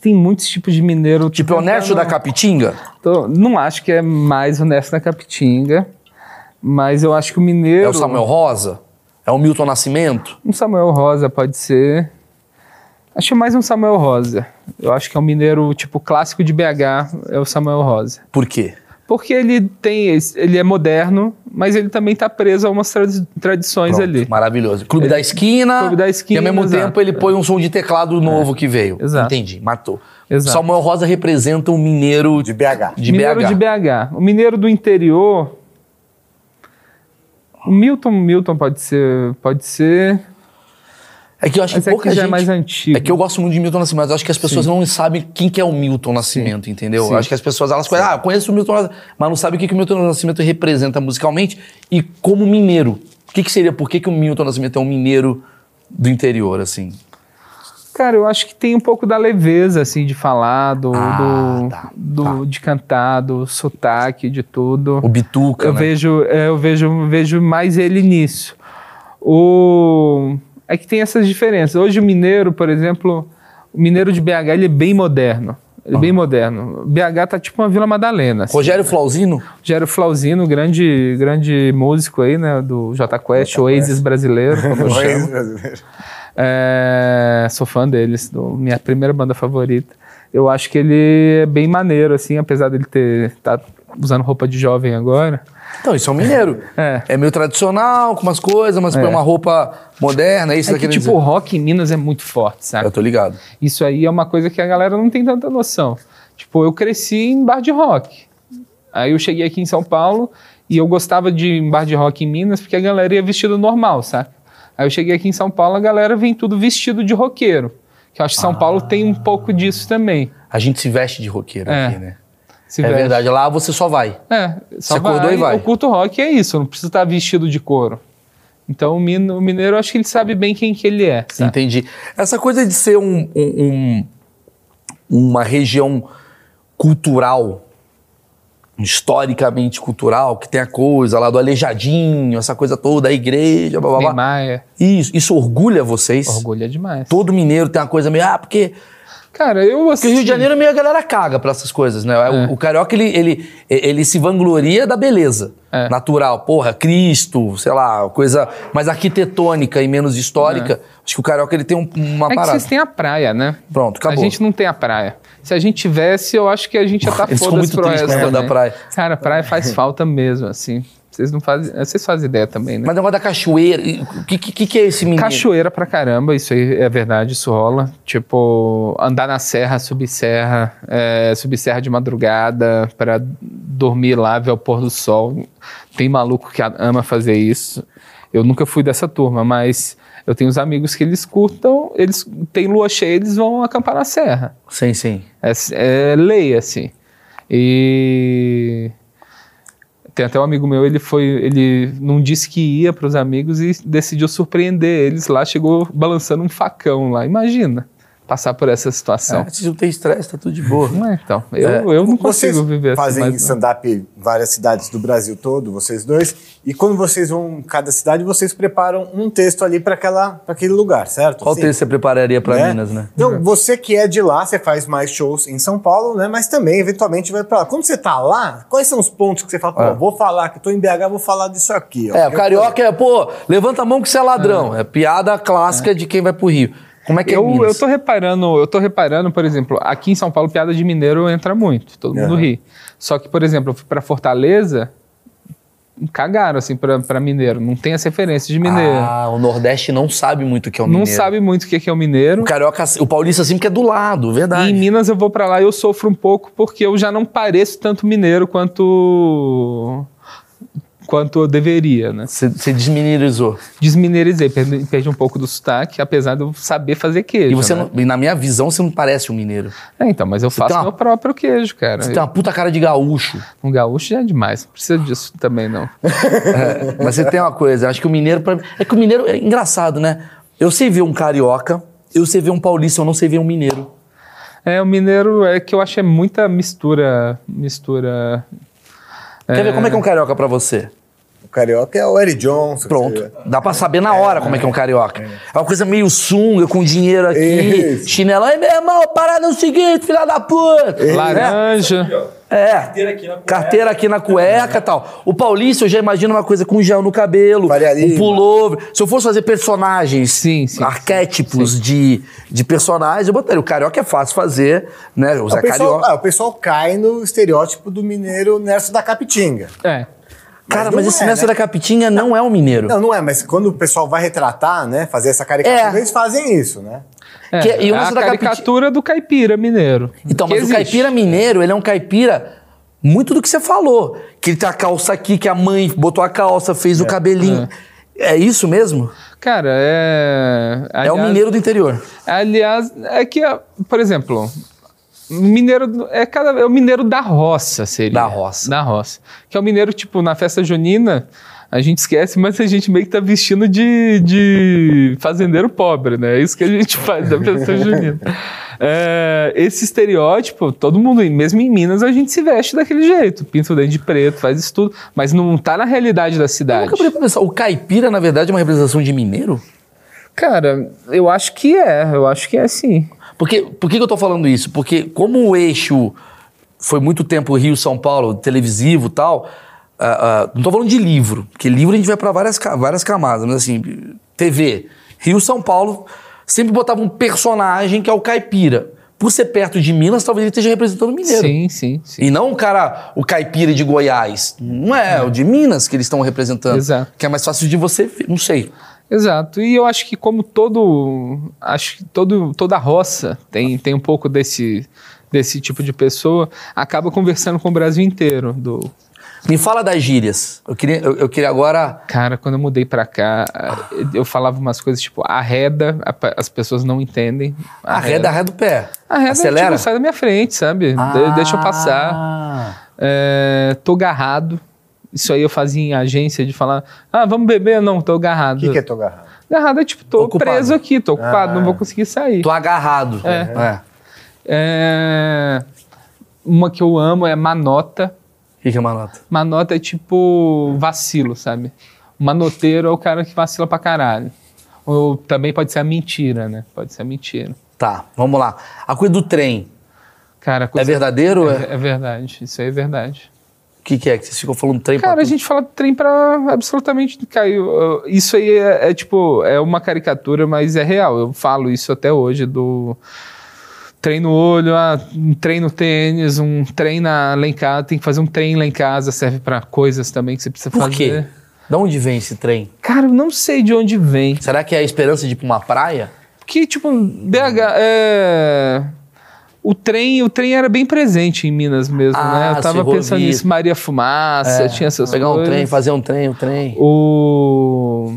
Speaker 2: Tem muitos tipos de mineiro.
Speaker 1: Tipo, é honesto
Speaker 2: tá,
Speaker 1: da Capitinga?
Speaker 2: Tô- não acho que é mais honesto na Capitinga, mas eu acho que o mineiro.
Speaker 1: É o Samuel Rosa? É o Milton Nascimento?
Speaker 2: Um Samuel Rosa pode ser. Acho mais um Samuel Rosa. Eu acho que é um mineiro, tipo, clássico de BH, é o Samuel Rosa.
Speaker 1: Por quê?
Speaker 2: Porque ele tem. esse- Ele é moderno, mas ele também tá preso a umas tradi- tradições
Speaker 1: Pronto,
Speaker 2: ali.
Speaker 1: Maravilhoso. Clube da Esquina.
Speaker 2: É, Clube da Esquina,
Speaker 1: E ao mesmo
Speaker 2: exato. É.
Speaker 1: tempo ele põe um som de teclado novo que veio.
Speaker 2: Exato.
Speaker 1: Entendi, matou.
Speaker 2: Exato.
Speaker 1: Samuel Rosa representa um mineiro
Speaker 3: De
Speaker 1: de,
Speaker 3: BH.
Speaker 1: de
Speaker 2: mineiro
Speaker 1: BH.
Speaker 2: de BH. O mineiro do interior. O Milton, Milton pode ser. Pode ser.
Speaker 1: É que eu acho
Speaker 2: Mas
Speaker 1: que
Speaker 2: é
Speaker 1: pouca
Speaker 2: que já
Speaker 1: gente...
Speaker 2: é mais antigo.
Speaker 1: É que eu gosto muito de Milton Nascimento, mas eu acho que as pessoas não sabem quem que é o Milton Nascimento, entendeu? Eu
Speaker 2: Sim.
Speaker 1: acho que as pessoas, elas conhecem, ah, eu conheço o Milton Nascimento, mas não sabem o que, que o Milton Nascimento representa musicalmente e como mineiro. O que, que seria, por que, que o Milton Nascimento é um mineiro do interior, assim?
Speaker 2: Cara, eu acho que tem um pouco da leveza, assim, de falar, do,
Speaker 1: Ah,
Speaker 2: do,
Speaker 1: tá,
Speaker 2: do-
Speaker 1: tá.
Speaker 2: de cantar, do sotaque, de tudo.
Speaker 1: O Bituca,
Speaker 2: eu
Speaker 1: né?
Speaker 2: vejo, é, eu vejo, vejo mais ele nisso. O é que tem essas diferenças. Hoje o mineiro, por exemplo, o mineiro de BH ele é bem moderno. Ele é bem moderno. BH tá tipo uma Vila Madalena. assim.
Speaker 1: Rogério Flauzino?
Speaker 2: Rogério Flauzino, grande, grande músico aí, né, do J Quest, Oasis brasileiro, como eu chamo.
Speaker 3: País brasileiro.
Speaker 2: É, sou fã deles, do- minha primeira banda favorita. Eu acho que ele é bem maneiro, assim, apesar dele ter tá usando roupa de jovem agora.
Speaker 1: Então, isso é um mineiro.
Speaker 2: É.
Speaker 1: meio tradicional, com umas coisas, mas põe uma roupa moderna, é isso
Speaker 2: É
Speaker 1: que
Speaker 2: que,
Speaker 1: tá
Speaker 2: tipo, o rock em Minas é muito forte, sabe?
Speaker 1: Eu tô ligado.
Speaker 2: Isso aí é uma coisa que a galera não tem tanta noção. Tipo, eu cresci em bar de rock. Aí eu cheguei aqui em São Paulo e eu gostava de ir em bar de rock em Minas porque a galera ia vestido normal, sabe? Aí eu cheguei aqui em São Paulo, a galera vem tudo vestido de roqueiro. Que eu acho que São Paulo
Speaker 1: Ah.
Speaker 2: tem um pouco disso também.
Speaker 1: A gente se veste de roqueiro
Speaker 2: É.
Speaker 1: aqui, né? é
Speaker 2: Se veste.
Speaker 1: verdade, lá você só vai.
Speaker 2: É,
Speaker 1: Você
Speaker 2: só
Speaker 1: acordou e vai.
Speaker 2: Eu curto rock é isso, eu não preciso estar vestido de couro. Então o min- o mineiro, eu acho que ele sabe bem quem que ele é. sabe?
Speaker 1: Entendi. Essa coisa de ser um, um- um- uma região cultural, historicamente cultural, que tem a coisa lá do Alejadinho, essa coisa toda, a igreja, blá blá blá.
Speaker 2: Neymar
Speaker 1: Isso, isso orgulha vocês.
Speaker 2: orgulha demais.
Speaker 1: Todo mineiro tem uma coisa meio, ah, porque,
Speaker 2: Cara, eu
Speaker 1: porque
Speaker 2: assim.
Speaker 1: o Rio de Janeiro meio a galera caga pra essas coisas, né?
Speaker 2: É.
Speaker 1: O, o carioca, ele, ele, ele se vangloria da beleza
Speaker 2: É.
Speaker 1: natural. Porra, Cristo, sei lá, coisa mais arquitetônica e menos histórica. Acho que o carioca, ele tem um- uma
Speaker 2: É que
Speaker 1: parada.
Speaker 2: vocês têm a praia, né?
Speaker 1: Pronto, acabou.
Speaker 2: A gente não tem a praia. Se a gente tivesse, eu acho que a gente já tá
Speaker 1: Eles ficam
Speaker 2: foda-se
Speaker 1: muito
Speaker 2: pro
Speaker 1: tristes
Speaker 2: resto
Speaker 1: por causa da
Speaker 2: também.
Speaker 1: praia.
Speaker 2: Cara, a praia faz falta mesmo, assim. Vocês não fazem. Vocês fazem ideia também, né?
Speaker 1: Mas o negócio da cachoeira, e o que, que, que é esse menino?
Speaker 2: Cachoeira pra caramba, isso aí é verdade, isso rola. Tipo, andar na serra, subir serra, é, subir serra de madrugada pra dormir lá, ver o pôr do sol. Tem maluco que a- ama fazer isso. Eu nunca fui dessa turma, mas eu tenho uns amigos que eles curtam, eles têm lua cheia, eles vão acampar na serra.
Speaker 1: Sim, sim.
Speaker 2: É, é lei, assim. E. Tem até um amigo meu, ele foi. Ele não disse que ia para os amigos e decidiu surpreender eles lá. Chegou balançando um facão lá. Imagina passar por essa situação.
Speaker 1: Ah, Se não tem estresse, tá tudo de boa.
Speaker 2: Não é, então. Eu, eu não
Speaker 3: Vocês
Speaker 2: consigo viver assim.
Speaker 3: fazem
Speaker 2: mais, não.
Speaker 3: stand-up em várias cidades do Brasil todo, vocês dois. E quando vocês vão em cada cidade, vocês preparam um texto ali para aquele lugar, certo?
Speaker 1: Qual
Speaker 3: Assim,
Speaker 1: texto você prepararia pra Minas, né?
Speaker 3: Então, você que é de lá, você faz mais shows em São Paulo, né? Mas também, eventualmente, vai pra lá. Quando você tá lá, quais são os pontos que você fala, pô, vou falar que eu tô em BH, vou falar disso aqui, ó.
Speaker 1: Ah. É,
Speaker 3: Eu
Speaker 1: o carioca é, pô, levanta a mão que você é ladrão. É piada clássica de quem vai pro Rio. Como é que é
Speaker 2: eu, eu
Speaker 1: Minas?
Speaker 2: tô reparando, eu tô reparando, por exemplo, aqui em São Paulo, piada de mineiro entra muito, todo mundo
Speaker 3: Aham.
Speaker 2: ri. Só que, por exemplo, eu fui pra Fortaleza, cagaram, assim, pra, pra mineiro. Não tem as referências de mineiro.
Speaker 1: Ah, o Nordeste não sabe muito o que é o
Speaker 2: não
Speaker 1: mineiro.
Speaker 2: sabe muito o que que é o mineiro.
Speaker 1: O carioca, o paulista sempre que é do lado,
Speaker 2: E
Speaker 1: verdade.
Speaker 2: em Minas eu vou pra lá e eu sofro um pouco porque eu já não pareço tanto mineiro quanto quanto eu deveria, né?
Speaker 1: Você desmineralizou.
Speaker 2: Desminerizei, perdi, perdi um pouco do sotaque, apesar de eu saber fazer queijo.
Speaker 1: E você,
Speaker 2: né?
Speaker 1: não- e na minha visão, você não parece um mineiro.
Speaker 2: É, então, mas eu faço
Speaker 1: tem uma-
Speaker 2: meu próprio queijo, cara.
Speaker 1: Você tem uma puta cara de gaúcho.
Speaker 2: Um gaúcho já é demais, não precisa disso também, não.
Speaker 1: É, mas você tem uma coisa, acho que o mineiro. pra- É que o mineiro é engraçado, né? Eu sei ver um carioca, eu sei ver um paulista, eu não sei ver um mineiro.
Speaker 2: É, o mineiro é que eu acho é muita mistura. Mistura.
Speaker 1: Quer ver como é que é um carioca pra você?
Speaker 3: O carioca é o Eric Johnson.
Speaker 1: Pronto. Dá pra saber na hora como é que é um carioca. É uma coisa meio sunga, com dinheiro aqui,
Speaker 3: Isso.
Speaker 1: chinelo. Aí, meu irmão, parada é o seguinte, filha da puta. Né?
Speaker 2: Laranja.
Speaker 1: É. Carteira aqui na cueca. e tal. O Paulista, eu já imagino uma coisa com gel no cabelo,
Speaker 3: Faria
Speaker 1: um
Speaker 3: Lima.
Speaker 1: pullover. Se eu fosse fazer personagens,
Speaker 2: Sim, sim,
Speaker 1: arquétipos De, de personagens, eu botaria. O carioca é fácil fazer, né? O
Speaker 3: O
Speaker 1: Zé
Speaker 3: pessoal,
Speaker 1: Carioca.
Speaker 3: ah, o pessoal cai no estereótipo do mineiro Nerso da Capitinga.
Speaker 2: É.
Speaker 1: Cara,
Speaker 3: mas
Speaker 1: mas,
Speaker 3: não
Speaker 1: esse
Speaker 3: é,
Speaker 1: Nelson
Speaker 3: né?
Speaker 1: da Capitinha não, é um mineiro.
Speaker 3: Não, não é, mas quando o pessoal vai retratar, né, fazer essa caricatura,
Speaker 1: É.
Speaker 3: eles fazem isso, né?
Speaker 2: É,
Speaker 1: Que- e o
Speaker 2: é
Speaker 1: lance
Speaker 2: a
Speaker 1: da capiti-
Speaker 2: caricatura do caipira mineiro.
Speaker 1: Então,
Speaker 2: que
Speaker 1: mas o
Speaker 2: existe.
Speaker 1: caipira mineiro, ele é um caipira muito do que você falou. Que ele tem a calça aqui, que a mãe botou a calça, fez o cabelinho. É. isso mesmo?
Speaker 2: Cara, é.
Speaker 1: é o
Speaker 2: aliás-
Speaker 1: mineiro do interior.
Speaker 2: Aliás, é que, ó, por exemplo, mineiro é cada é o mineiro da roça seria.
Speaker 1: Da roça.
Speaker 2: Da roça. Que é o mineiro tipo na festa junina, a gente esquece, mas a gente meio que tá vestindo de, de fazendeiro pobre, né? É isso que a gente faz da festa junina. É, esse estereótipo, todo mundo, mesmo em Minas, a gente se veste daquele jeito. Pinta o dente de preto, faz isso tudo, mas não tá na realidade da
Speaker 1: Eu
Speaker 2: cidade.
Speaker 1: nunca parei pra pensar. O caipira, na verdade, é uma representação de mineiro?
Speaker 2: Cara, eu acho que é, eu acho que é sim.
Speaker 1: Porque, por que, que eu tô falando isso? Porque como o eixo foi muito tempo Rio-São Paulo, televisivo e tal, ah, ah, não tô falando de livro, porque livro a gente vai pra várias, ca- várias camadas, mas assim, TV, Rio-São Paulo, sempre botava um personagem que é o caipira. Por ser perto de Minas, talvez ele esteja representando o mineiro.
Speaker 2: Sim, sim, sim.
Speaker 1: E não o cara, o caipira de Goiás. Não é, é o de Minas que eles estão representando.
Speaker 2: Exato.
Speaker 1: Que é mais fácil de você ver, não sei.
Speaker 2: Exato. E eu acho que como todo, acho que todo, toda roça tem, tem um pouco desse desse tipo de pessoa, acaba conversando com o Brasil inteiro do
Speaker 1: Me fala das gírias. Eu queria, eu, eu queria agora.
Speaker 2: Cara, quando eu mudei pra cá, eu falava umas coisas tipo arreda, a pa- as pessoas não entendem.
Speaker 1: Arreda, arreda o pé.
Speaker 2: Arreda,
Speaker 1: Acelera. Ah.
Speaker 2: tipo, sai da minha frente, sabe? De- Deixa eu passar. É, tô garrado. Isso aí eu fazia em agência de falar: "Ah, vamos beber não, tô
Speaker 3: O
Speaker 2: garrado".
Speaker 3: que, que é Togarra?
Speaker 2: Garrado é tipo, tô
Speaker 1: Ocupado.
Speaker 2: preso aqui, tô ocupado, não vou conseguir sair.
Speaker 1: Tô agarrado. É.
Speaker 2: É, Uma que eu amo é manota.
Speaker 1: O que que é manota?
Speaker 2: Manota é tipo vacilo, sabe? O manoteiro é o cara que vacila pra caralho. Ou também pode ser a mentira, né? Pode ser a mentira.
Speaker 1: Tá, vamos lá. A coisa do trem.
Speaker 2: Cara, a
Speaker 1: É
Speaker 2: coisa-
Speaker 1: verdadeiro? É.
Speaker 2: É, é verdade, isso aí é verdade.
Speaker 1: O que, que é? Que vocês ficam falando trem
Speaker 2: Cara,
Speaker 1: pra
Speaker 2: a
Speaker 1: tudo?
Speaker 2: gente fala trem pra absolutamente. Caiu. Eu- Isso aí é, é tipo, é uma caricatura, mas é real. Eu falo isso até hoje do trem no olho, ah, um trem no tênis, um trem na, lá em casa. Tem que fazer um trem lá em casa, serve pra coisas também que você precisa
Speaker 1: Por
Speaker 2: fazer.
Speaker 1: quê? Da onde vem esse trem?
Speaker 2: Cara, eu não sei de onde vem.
Speaker 1: Será que é a esperança de ir pra uma praia?
Speaker 2: Porque, tipo, BH é. O trem, o trem era bem presente em Minas mesmo,
Speaker 1: Ah,
Speaker 2: né? Eu tava
Speaker 1: ferrovia.
Speaker 2: pensando nisso, Maria Fumaça, tinha essas
Speaker 1: Pegar um
Speaker 2: coisas.
Speaker 1: trem, fazer um trem, um trem.
Speaker 2: O.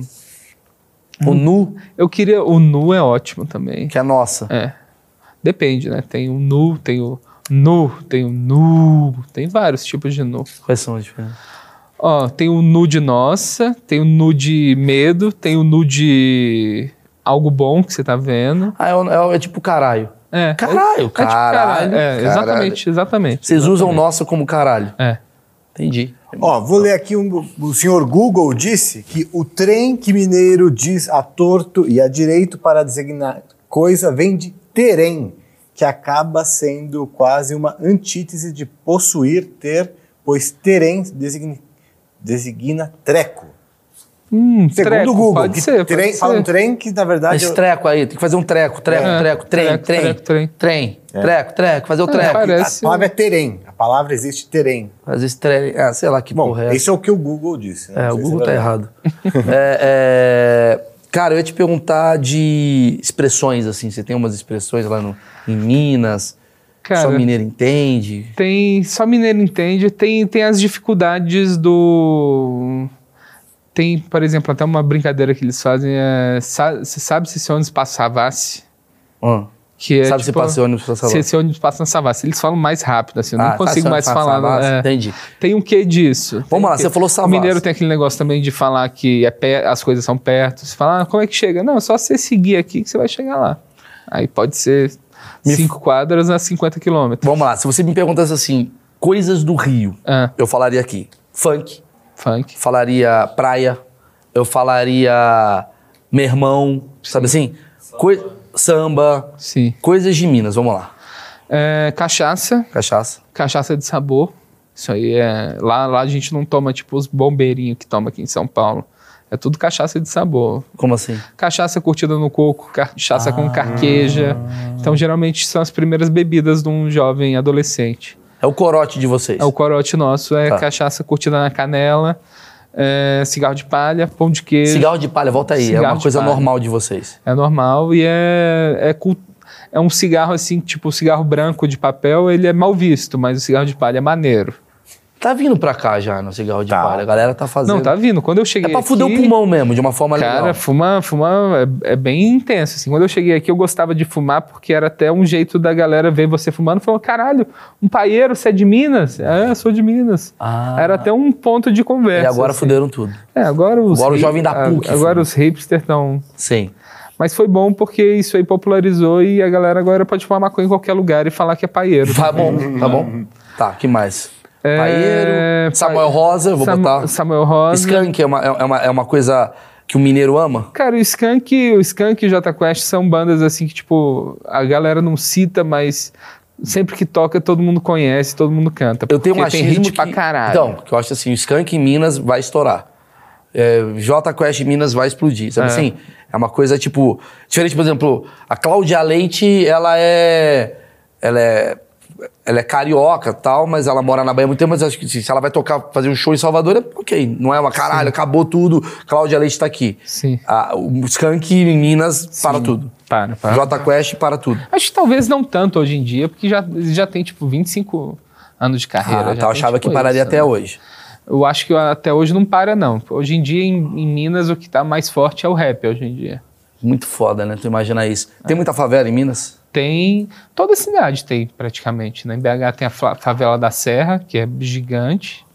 Speaker 1: O nu,
Speaker 2: Eu queria. O nu é ótimo também.
Speaker 1: que é nossa.
Speaker 2: É. Depende, né? Tem o nu, tem o nu, tem o nu. Tem vários tipos de nu.
Speaker 1: Quais são tipo, as diferenças?
Speaker 2: Ó, tem o nu de nossa, tem o nu de medo, tem o nu de algo bom que você tá vendo.
Speaker 1: Ah, é, o- é o- é tipo caralho.
Speaker 2: É.
Speaker 1: Caralho,
Speaker 2: é, tipo
Speaker 1: caralho,
Speaker 2: É, exatamente, exatamente.
Speaker 1: Vocês usam nossa como caralho.
Speaker 2: É.
Speaker 1: Entendi.
Speaker 3: Ó, vou ler aqui um. O senhor Google disse que o trem que mineiro diz a torto e a direito para designar coisa vem de terem, que acaba sendo quase uma antítese de possuir, ter, pois terem designa, designa treco.
Speaker 2: Hum,
Speaker 3: Segundo
Speaker 2: treco,
Speaker 3: o Google,
Speaker 2: pode
Speaker 3: que
Speaker 2: ser,
Speaker 3: trem,
Speaker 2: pode
Speaker 3: fala um
Speaker 2: ser.
Speaker 3: trem que na verdade. é
Speaker 1: Esse treco aí, tem que fazer um treco, treco,
Speaker 2: É.
Speaker 1: treco, trem,
Speaker 2: Treco,
Speaker 1: trem.
Speaker 2: treco, trem.
Speaker 1: Trem, treco, treco, fazer o
Speaker 2: Ah,
Speaker 1: treco.
Speaker 2: parece. um
Speaker 3: A palavra é terem. A palavra existe terem.
Speaker 1: Fazer esse trem. Ah, sei lá que
Speaker 3: Bom,
Speaker 1: porra é. essa.
Speaker 3: isso é o que o Google disse. né?
Speaker 1: É, o
Speaker 3: Não sei se
Speaker 1: Google tá
Speaker 3: verdade.
Speaker 1: errado. É, é, Cara, eu ia te perguntar de expressões, assim. Você tem umas expressões lá no, em Minas
Speaker 2: Cara,
Speaker 1: Só mineiro entende.
Speaker 2: tem só mineiro entende tem tem as dificuldades do tem por exemplo até uma brincadeira que eles fazem é sa- você sabe se esse ônibus passa Savassi
Speaker 1: Ah,
Speaker 2: que é
Speaker 1: sabe se
Speaker 2: tipo,
Speaker 1: passeou ônibus pra
Speaker 2: se
Speaker 1: Savassi?
Speaker 2: esse ônibus passa na Savassi eles falam mais rápido assim eu
Speaker 1: Ah,
Speaker 2: não consigo
Speaker 1: passou-
Speaker 2: mais
Speaker 1: passou
Speaker 2: falar
Speaker 1: Savassi,
Speaker 2: é.
Speaker 1: Entendi.
Speaker 2: tem um quê disso
Speaker 1: Vamos
Speaker 2: Tem
Speaker 1: lá,
Speaker 2: um quê.
Speaker 1: você falou
Speaker 2: o
Speaker 1: Savassi.
Speaker 2: mineiro tem aquele negócio também de falar que é pé, as coisas são perto você fala ah, como é que chega não é só você seguir aqui que você vai chegar lá aí pode ser
Speaker 1: Me-
Speaker 2: cinco quadras a 50 quilômetros
Speaker 1: Vamos lá, se você me perguntasse assim, coisas do Rio,
Speaker 2: ah,
Speaker 1: eu falaria aqui. Funk,
Speaker 2: funk
Speaker 1: falaria praia, eu falaria meu irmão, sabe assim? Coi- Samba,
Speaker 2: sim
Speaker 1: coisas de Minas, vamos lá.
Speaker 2: É, cachaça,
Speaker 1: Cachaça.
Speaker 2: cachaça de sabor. Isso aí é. Lá, lá a gente não toma tipo os bombeirinhos que toma aqui em São Paulo. É tudo cachaça de sabor.
Speaker 1: Como assim?
Speaker 2: Cachaça curtida no coco, cachaça
Speaker 1: Ah.
Speaker 2: com carqueja. Então, geralmente são as primeiras bebidas de um jovem adolescente.
Speaker 1: É o corote de vocês.
Speaker 2: É, o corote nosso é
Speaker 1: Tá.
Speaker 2: cachaça curtida na canela, é, cigarro de palha, pão de queijo.
Speaker 1: Cigarro de palha, volta aí. é
Speaker 2: Cigarro
Speaker 1: uma
Speaker 2: de
Speaker 1: coisa
Speaker 2: palha.
Speaker 1: normal de vocês.
Speaker 2: É normal e é é, cul- é um cigarro assim, tipo o cigarro branco de papel, ele é mal visto, mas o cigarro de palha é maneiro.
Speaker 1: Tá vindo pra cá já no cigarro de
Speaker 3: Tá.
Speaker 1: palha. A galera tá fazendo.
Speaker 2: Não, tá vindo. Quando eu
Speaker 1: É
Speaker 2: cheguei
Speaker 1: pra fuder
Speaker 2: aqui,
Speaker 1: o pulmão mesmo, de uma forma
Speaker 2: Cara,
Speaker 1: legal.
Speaker 2: fuma, fuma é, é bem intenso, assim. Quando eu cheguei aqui, eu gostava de fumar, porque era até um jeito da galera ver você fumando e falar, caralho, um paieiro, você é de Minas? É, eu sou de Minas.
Speaker 1: Ah.
Speaker 2: Era até um ponto de conversa.
Speaker 1: E agora
Speaker 2: assim.
Speaker 1: fuderam tudo.
Speaker 2: É, agora os...
Speaker 1: Agora o
Speaker 2: hip-
Speaker 1: jovem da
Speaker 2: a-
Speaker 1: PUC
Speaker 2: Agora
Speaker 1: fuma.
Speaker 2: os hipsters estão...
Speaker 1: Sim.
Speaker 2: Mas foi bom, porque isso aí popularizou e a galera agora pode fumar maconha em qualquer lugar e falar que é paieiro.
Speaker 1: Tá bom, tá bom? Tá, que mais?
Speaker 2: É,
Speaker 1: Paeiro, Samuel
Speaker 2: pa-
Speaker 1: Rosa, vou
Speaker 2: Sam-
Speaker 1: botar.
Speaker 2: Samuel Rosa.
Speaker 1: Skunk é uma, é, uma, é uma coisa que o mineiro ama?
Speaker 2: Cara, o Skank, o Skank e o Jota Quest são bandas assim que, tipo, a galera não cita, mas sempre que toca, todo mundo conhece, todo mundo canta.
Speaker 1: Eu tenho um
Speaker 2: porque tem
Speaker 1: achismo
Speaker 2: hit
Speaker 1: que,
Speaker 2: pra caralho.
Speaker 1: Então, que eu acho assim, o Skunk em Minas vai estourar. É, J Quest em Minas vai explodir, sabe assim? É uma coisa, tipo... Diferente, por exemplo, a Cláudia Leite, ela é... Ela é... Ela é carioca tal, mas ela mora na Bahia há muito tempo, mas acho que assim, se ela vai tocar, fazer um show em Salvador, é ok. Não é uma caralho, acabou tudo, Cláudia Leite tá aqui.
Speaker 2: Sim.
Speaker 1: Ah, o Skank em Minas para tudo.
Speaker 2: Para, para.
Speaker 1: J Quest para tudo.
Speaker 2: Acho que talvez não tanto hoje em dia, porque já, já tem, tipo, 25 anos de
Speaker 1: Ah,
Speaker 2: carreira.
Speaker 1: tá,
Speaker 2: já
Speaker 1: eu
Speaker 2: tem,
Speaker 1: achava
Speaker 2: tipo,
Speaker 1: que pararia
Speaker 2: isso,
Speaker 1: até
Speaker 2: né?
Speaker 1: hoje.
Speaker 2: Eu acho que até hoje não para, não. Hoje em dia, em, em Minas, o que tá mais forte é o rap, hoje em dia.
Speaker 1: Muito foda, né? Tu imagina isso.
Speaker 2: É.
Speaker 1: Tem muita favela em Minas?
Speaker 2: Tem. Toda cidade tem, praticamente. Né? Em BH tem a fa- favela da Serra, que é gigante.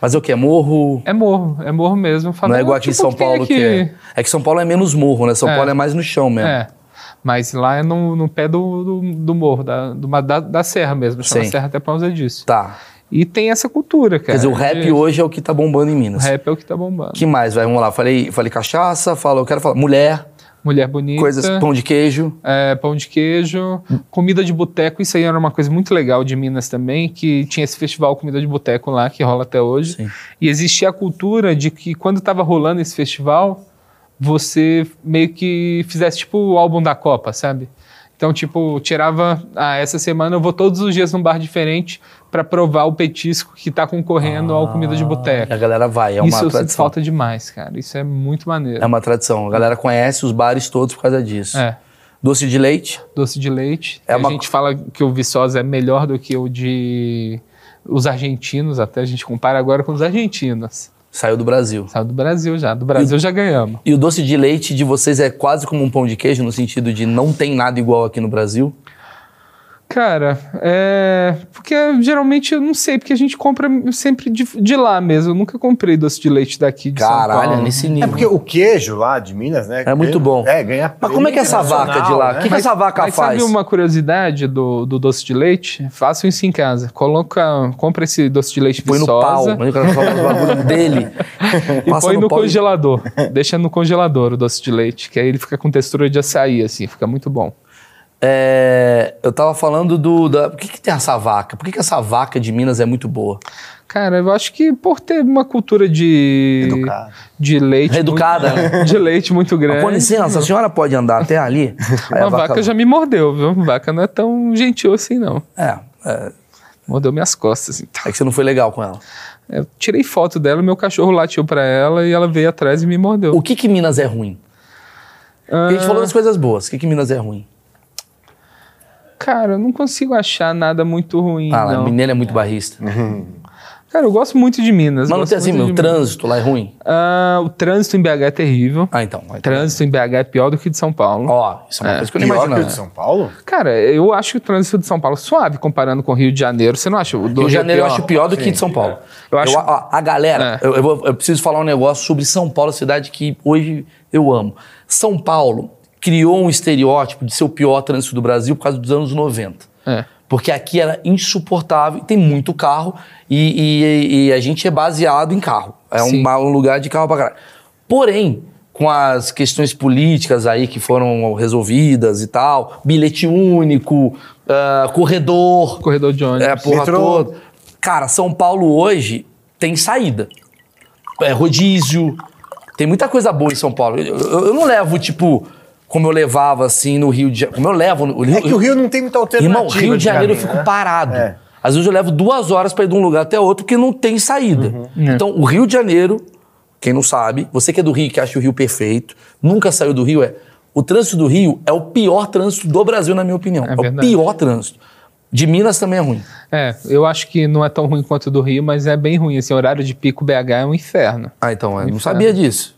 Speaker 1: Mas é o quê? É Morro?
Speaker 2: É morro, é morro mesmo. Favela,
Speaker 1: não é igual aqui em
Speaker 2: tipo,
Speaker 1: São
Speaker 2: que tem
Speaker 1: Paulo que...
Speaker 2: aqui.
Speaker 1: é. É que São Paulo é menos morro, né? São
Speaker 2: É.
Speaker 1: Paulo é mais no chão mesmo.
Speaker 2: É. Mas lá é no, no pé do, do, do morro, da, do- da, da serra mesmo. Chama
Speaker 1: Sim.
Speaker 2: serra até por causa disso.
Speaker 1: Tá.
Speaker 2: E tem essa cultura, cara.
Speaker 1: Quer dizer, o rap
Speaker 2: de-
Speaker 1: hoje é o que tá bombando em
Speaker 2: o
Speaker 1: Minas.
Speaker 2: rap é o que tá bombando.
Speaker 1: Que mais? Vai, vamos lá. Falei, falei cachaça, falo, eu quero falar mulher,
Speaker 2: Mulher bonita.
Speaker 1: coisas, pão de queijo.
Speaker 2: é, pão de queijo, comida de boteco. Isso aí era uma coisa muito legal de Minas também, que tinha esse festival Comida de Boteco lá, que rola até hoje.
Speaker 1: Sim.
Speaker 2: E existia a cultura de que quando estava rolando esse festival, você meio que fizesse tipo o álbum da Copa, sabe? Então, tipo, tirava. Ah, essa semana eu vou todos os dias num bar diferente para provar o petisco que tá concorrendo ao Comida de Boteco.
Speaker 1: A galera vai, Ah, é uma
Speaker 2: Isso eu sinto
Speaker 1: tradição.
Speaker 2: falta demais, cara. Isso é muito maneiro.
Speaker 1: É uma tradição. A galera conhece os bares todos por causa disso.
Speaker 2: é.
Speaker 1: Doce de leite.
Speaker 2: doce de leite.
Speaker 1: É uma-
Speaker 2: A gente fala que o Viçosa é melhor do que o de os argentinos, até a gente compara agora com os argentinos.
Speaker 1: Saiu do Brasil.
Speaker 2: Sabe do Brasil já, do Brasil já ganhamos.
Speaker 1: E o doce de leite de vocês é quase como um pão de queijo, no sentido de não tem nada igual aqui no Brasil?
Speaker 2: Cara, é. Porque geralmente eu não sei, porque a gente compra sempre de, de lá mesmo. Eu nunca comprei doce de leite daqui de São
Speaker 1: Caralho,
Speaker 2: Paulo.
Speaker 1: nesse
Speaker 3: É
Speaker 1: nível.
Speaker 3: porque o queijo lá de Minas, né?
Speaker 1: É muito
Speaker 3: ganha-
Speaker 1: bom.
Speaker 3: É, ganha
Speaker 1: Mas como é que é essa
Speaker 3: internacional,
Speaker 1: vaca de lá? O
Speaker 3: né?
Speaker 1: que, que essa vaca
Speaker 2: Mas
Speaker 1: faz?
Speaker 2: sabe uma curiosidade do, do doce de leite? Façam isso em casa. Coloca, compra esse doce de leite
Speaker 1: Põe no pau.
Speaker 2: Viçosa.
Speaker 1: Mas o cara fala do bagulho dele.
Speaker 2: E
Speaker 1: Passa
Speaker 2: põe no,
Speaker 1: pau e-
Speaker 2: congelador. Deixa no congelador o doce de leite, que aí ele fica com textura de açaí, assim, fica muito bom.
Speaker 1: É, eu tava falando do. Da, por que, que tem essa vaca? Por que, que essa vaca de Minas é muito boa?
Speaker 2: Cara, eu acho que por ter uma cultura de.
Speaker 3: Educado.
Speaker 2: De leite.
Speaker 1: Educada, né?
Speaker 2: Muito, de leite muito
Speaker 1: Mas, Com
Speaker 2: grande.
Speaker 1: licença, a senhora pode andar até ali? Aí
Speaker 2: É. Uma vaca já me mordeu, viu? Vaca não é tão gentil assim, não.
Speaker 1: É, é,
Speaker 2: Mordeu minhas costas, assim.
Speaker 1: é que você não foi legal com ela.
Speaker 2: Eu tirei foto dela, meu cachorro latiu pra ela e ela veio atrás e me mordeu.
Speaker 1: O que que Minas é
Speaker 2: Ah.
Speaker 1: ruim? Porque a gente falou das coisas boas. O que que Minas é ruim?
Speaker 2: Cara, eu não consigo achar nada muito ruim,
Speaker 1: Ah, lá,
Speaker 2: não.
Speaker 1: Mineiro é muito barrista.
Speaker 2: Cara, eu gosto muito de
Speaker 1: Mas
Speaker 2: Minas.
Speaker 1: não
Speaker 2: gosto
Speaker 1: tem assim,
Speaker 2: muito
Speaker 1: meu,
Speaker 2: de Minas.
Speaker 1: trânsito lá é ruim?
Speaker 2: Ah, o trânsito em BH é terrível.
Speaker 1: Ah, então. vai.
Speaker 2: Trânsito em BH é pior do que o de São Paulo.
Speaker 1: Ó, isso é uma coisa que eu não
Speaker 3: Pior que
Speaker 1: imagino.
Speaker 3: o de São Paulo?
Speaker 2: Cara, eu acho que o trânsito de São Paulo é suave comparando com o Rio de Janeiro. Você não acha? O do é
Speaker 1: Rio de Janeiro eu
Speaker 2: pior?
Speaker 1: acho pior do que de São Paulo.
Speaker 2: Eu acho-
Speaker 1: ó, a galera, eu, eu vou- eu preciso falar um negócio sobre São Paulo, cidade que hoje eu amo. São Paulo criou um estereótipo de ser o pior trânsito do Brasil por causa dos anos 90.
Speaker 2: É.
Speaker 1: Porque aqui era insuportável, tem muito carro e, e- e a gente é baseado em carro. É um,
Speaker 2: Sim.
Speaker 1: ma- um lugar de carro pra caralho. Porém, com as questões políticas aí que foram resolvidas e tal, bilhete único, ah, corredor,
Speaker 2: Corredor de ônibus.
Speaker 1: é, a porra
Speaker 3: Metrô.
Speaker 1: toda. Cara, São Paulo hoje tem saída. É rodízio. Tem muita coisa boa em São Paulo. Eu, eu- eu não levo, tipo, como eu levava assim no Rio de Janeiro. Como eu levo. No,
Speaker 3: É que o Rio não tem muita alternativa.
Speaker 1: Irmão, Rio de Janeiro eu
Speaker 3: caminho,
Speaker 1: fico
Speaker 3: né?
Speaker 1: parado.
Speaker 3: É.
Speaker 1: Às vezes eu levo duas horas pra ir de um lugar até outro porque não tem saída.
Speaker 2: Uhum.
Speaker 1: Então, o Rio de Janeiro, quem não sabe, você que é do Rio, que acha o Rio perfeito, nunca saiu do Rio, é. O trânsito do Rio é o pior trânsito do Brasil, na minha opinião. É, o
Speaker 2: verdade.
Speaker 1: pior trânsito. De Minas também é ruim.
Speaker 2: É, eu acho que não é tão ruim quanto o do Rio, mas é bem ruim. Assim, horário de pico BH é um inferno.
Speaker 1: Ah, então, eu não sabia disso.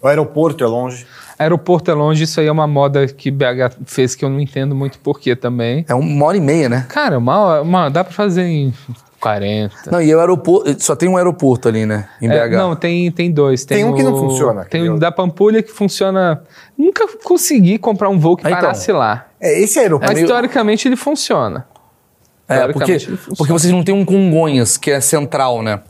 Speaker 3: O aeroporto é longe.
Speaker 2: Aeroporto é longe, isso aí é uma moda que BH fez que eu não entendo muito porquê também.
Speaker 1: É uma hora e meia, né?
Speaker 2: Cara, uma, hora- uma- dá pra fazer em 40.
Speaker 1: Não, e é o aeroporto. Só tem um aeroporto ali, né? Em BH.
Speaker 2: É, não, tem, tem dois. Tem,
Speaker 3: Tem um que não
Speaker 2: o-
Speaker 3: funciona,
Speaker 2: Tem
Speaker 3: aquele
Speaker 2: o
Speaker 3: outro.
Speaker 2: da Pampulha que funciona. Nunca consegui comprar um voo que
Speaker 1: Ah, então.
Speaker 2: parasse lá.
Speaker 3: É, esse
Speaker 2: Mas
Speaker 3: aeroporto.
Speaker 1: meio-
Speaker 2: historicamente ele funciona.
Speaker 1: é, porque,
Speaker 2: Teoricamente, ele funciona.
Speaker 1: porque vocês não têm um Congonhas, que é central, né?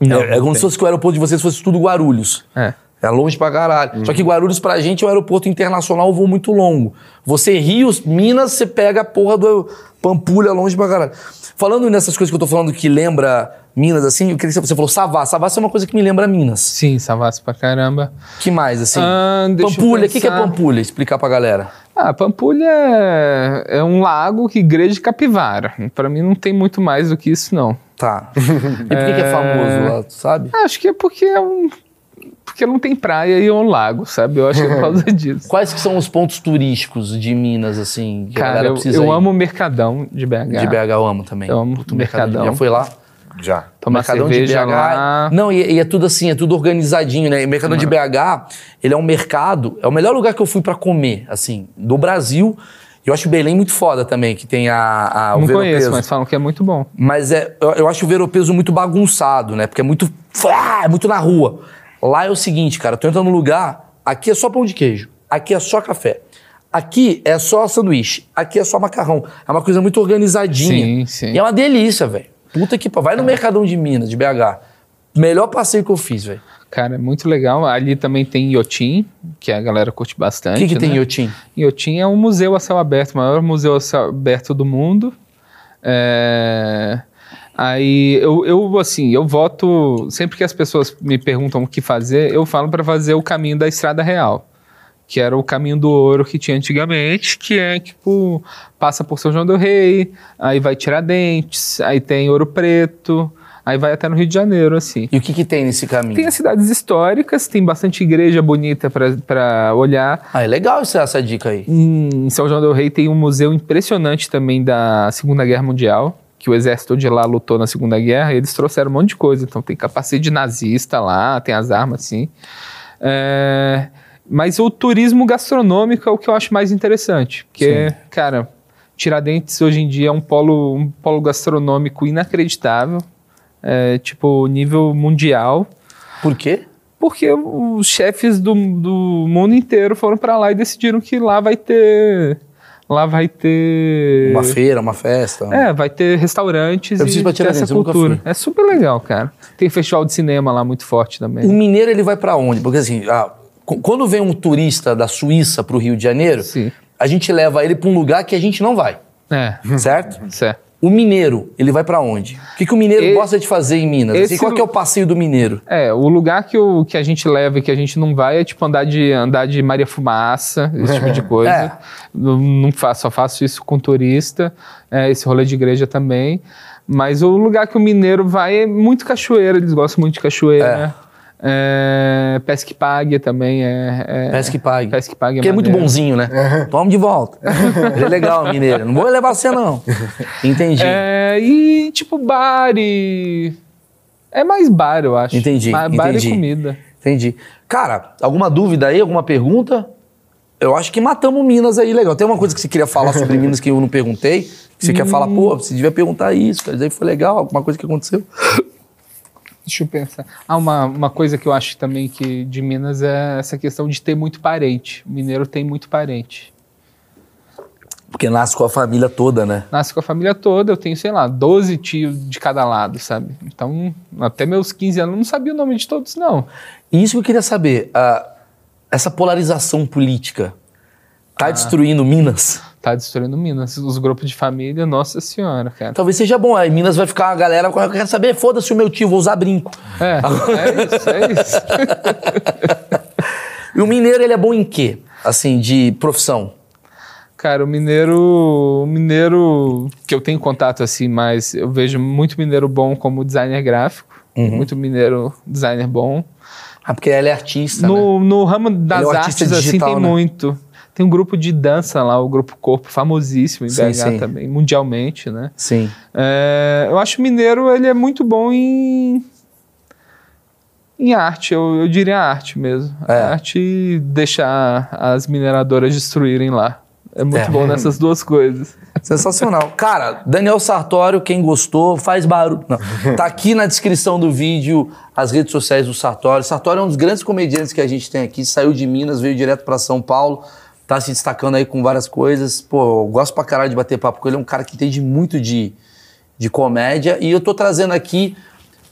Speaker 1: Não, é, é como se fosse que o aeroporto de vocês fosse tudo Guarulhos.
Speaker 2: É.
Speaker 1: É longe pra caralho. Só que Guarulhos pra gente é um aeroporto internacional, um voo muito longo. Você é Rio, Minas, você pega a porra do Pampulha longe pra caralho. Falando nessas coisas que eu tô falando que lembra Minas, assim, eu queria que você você falou Savá. Savá é uma coisa que me lembra Minas.
Speaker 2: Sim, Savassi pra caramba.
Speaker 1: Que mais, assim?
Speaker 2: Ah, deixa eu
Speaker 1: Pampulha, o que, que é
Speaker 2: pensar.
Speaker 1: Pampulha? Explicar pra galera.
Speaker 2: Ah, Pampulha é- é um lago que igreja capivara. Pra mim não tem muito mais do que isso, não.
Speaker 1: Tá. E por que, que é famoso lá, tu sabe?
Speaker 2: Ah, Acho que é porque é um. Porque não tem praia e é um lago, sabe? Eu acho que é por causa disso.
Speaker 1: Quais que são os pontos turísticos de Minas, assim, que a
Speaker 2: Cara,
Speaker 1: galera
Speaker 2: eu,
Speaker 1: precisa
Speaker 2: eu
Speaker 1: ir?
Speaker 2: amo o Mercadão de BH.
Speaker 1: De BH eu amo também.
Speaker 2: Eu amo
Speaker 1: Puta, Mercadão.
Speaker 2: Mercadão.
Speaker 1: Já foi lá?
Speaker 3: Já.
Speaker 2: Tomar cerveja lá. Uhum.
Speaker 1: Não, e, e é tudo assim, é tudo organizadinho, né? E Mercadão de BH, ele é um mercado, é o melhor lugar que eu fui pra comer, assim, do Brasil. E Eu acho Belém muito foda também, que tem a, a o
Speaker 2: Não
Speaker 1: Vero
Speaker 2: conheço,
Speaker 1: Peso.
Speaker 2: mas falam que é muito bom.
Speaker 1: Mas é, eu, eu acho o Veropeso muito bagunçado, né? Porque é muito. Ah, é muito na rua. Lá é o seguinte, cara, tu entra num lugar, aqui é só pão de queijo, aqui é só café. Aqui é só sanduíche, aqui é só macarrão. É uma coisa muito organizadinha.
Speaker 2: Sim, sim. É.
Speaker 1: E é uma delícia, velho. Puta que pariu. Vai no Mercadão de Minas, de BH. Melhor passeio que eu fiz, velho.
Speaker 2: Cara, é muito legal. Ali também tem Iotim, que a galera curte
Speaker 1: O
Speaker 2: bastante.
Speaker 1: que, que tem
Speaker 2: né?
Speaker 1: em Iotim?
Speaker 2: Inhotim é um museu a céu aberto, o maior museu a céu aberto do mundo. É, Aí eu, eu, assim, eu voto. Sempre que as pessoas me perguntam o que fazer, eu falo para fazer o caminho da Estrada Real, que era o caminho do ouro que tinha antigamente, que é tipo, passa por São João do Rei, aí vai Tiradentes, aí tem Ouro Preto, aí vai até no Rio de Janeiro, assim.
Speaker 1: E o que, que tem nesse caminho?
Speaker 2: Tem as cidades históricas, tem bastante igreja bonita para olhar.
Speaker 1: Ah, é legal essa, essa dica aí.
Speaker 2: Em São João del Rei tem um museu impressionante também da Segunda Guerra Mundial, que o exército de lá lutou na Segunda Guerra, e eles trouxeram um monte de coisa. Então tem capacete de nazista lá, tem as armas, sim. É, Mas o turismo gastronômico é o que eu acho mais interessante, porque, cara, Tiradentes hoje em dia é um polo, um polo gastronômico inacreditável, é, tipo, nível mundial.
Speaker 1: Por quê?
Speaker 2: Porque os chefes do, do mundo inteiro foram pra lá e decidiram que lá vai ter. Lá vai ter.
Speaker 1: Uma feira, uma festa.
Speaker 2: É, vai ter restaurantes
Speaker 1: Eu preciso ir
Speaker 2: e
Speaker 1: pra
Speaker 2: ter essa
Speaker 1: Tiradentes, eu nunca
Speaker 2: cultura.
Speaker 1: fui.
Speaker 2: É super legal, cara. Tem festival de cinema lá muito forte também.
Speaker 1: O mineiro ele vai pra onde? Porque assim, ah, qu- quando vem um turista da Suíça pro Rio de Janeiro,
Speaker 2: Sim.
Speaker 1: a gente leva ele pra um lugar que a gente não vai,
Speaker 2: É,
Speaker 1: certo?
Speaker 2: certo.
Speaker 1: O mineiro, ele vai pra onde? O que, que o mineiro
Speaker 2: E-
Speaker 1: gosta de fazer em Minas? Assim,
Speaker 2: esse
Speaker 1: qual
Speaker 2: lu-
Speaker 1: que é o passeio do mineiro?
Speaker 2: É, o lugar que, o, que a gente leva e que a gente não vai é tipo andar de, andar de Maria Fumaça, esse tipo de coisa.
Speaker 1: É.
Speaker 2: Não, não faço, só faço isso com turista, é, esse rolê de igreja também. Mas o lugar que o mineiro vai é muito cachoeira, eles gostam muito de cachoeira. É, Pesque Pague também é. é
Speaker 1: Peça que pague.
Speaker 2: Pesque Pague é
Speaker 1: Porque é muito
Speaker 2: maneiro.
Speaker 1: bonzinho, né? Toma de volta. Ele é legal, mineiro. Não vou levar você, não. Entendi.
Speaker 2: É, e tipo bar e... É mais bar, eu acho.
Speaker 1: Entendi,
Speaker 2: Bar, bar
Speaker 1: entendi.
Speaker 2: e comida.
Speaker 1: Entendi. Cara, alguma dúvida aí? Alguma pergunta? Eu acho que matamos Minas aí, legal. Tem uma coisa que você queria falar sobre Minas que eu não perguntei? Que você quer falar, pô, você devia perguntar isso, cara. Isso aí foi legal, alguma coisa que aconteceu.
Speaker 2: Deixa eu pensar. Ah, uma, uma coisa que eu acho também que de Minas é essa questão de ter muito parente. O mineiro tem muito parente.
Speaker 1: Porque nasce com a família toda, né?
Speaker 2: Nasce com a família toda, eu tenho, sei lá, 12 tios de cada lado, sabe? Então, até meus 15 anos eu não sabia o nome de todos, não.
Speaker 1: E isso que eu queria saber, a- essa polarização política tá destruindo Minas?
Speaker 2: Tá destruindo Minas. Os grupos de família, nossa senhora, cara.
Speaker 1: Talvez seja bom, aí Minas vai ficar uma galera, eu quero saber, foda-se o meu tio, vou usar brinco.
Speaker 2: É, é isso, é isso.
Speaker 1: E o mineiro, ele é bom em quê? Assim, de profissão.
Speaker 2: Cara, o mineiro, o mineiro que eu tenho contato assim, mas eu vejo muito mineiro bom como designer gráfico, muito mineiro designer bom.
Speaker 1: Ah, porque ele é artista, né?
Speaker 2: no, no ramo das
Speaker 1: Ele é o artista
Speaker 2: artes assim
Speaker 1: digital,
Speaker 2: tem
Speaker 1: né?
Speaker 2: muito. Tem um grupo de dança lá, o grupo Corpo, famosíssimo em
Speaker 1: Sim,
Speaker 2: BH
Speaker 1: sim.
Speaker 2: também, mundialmente, né?
Speaker 1: Sim.
Speaker 2: É, eu acho o mineiro ele é muito bom em em arte, eu, eu diria arte mesmo.
Speaker 1: É.
Speaker 2: A arte deixar as mineradoras destruírem lá. É muito
Speaker 1: É.
Speaker 2: bom nessas duas coisas.
Speaker 1: Sensacional. Cara, Daniel Sartório, quem gostou, faz barulho. Não. Tá aqui na descrição do vídeo as redes sociais do Sartório. Sartório é um dos grandes comediantes que a gente tem aqui. Saiu de Minas, veio direto pra São Paulo. Tá se destacando aí com várias coisas. Pô, eu gosto pra caralho de bater papo com ele. É um cara que entende muito de, de comédia. E eu tô trazendo aqui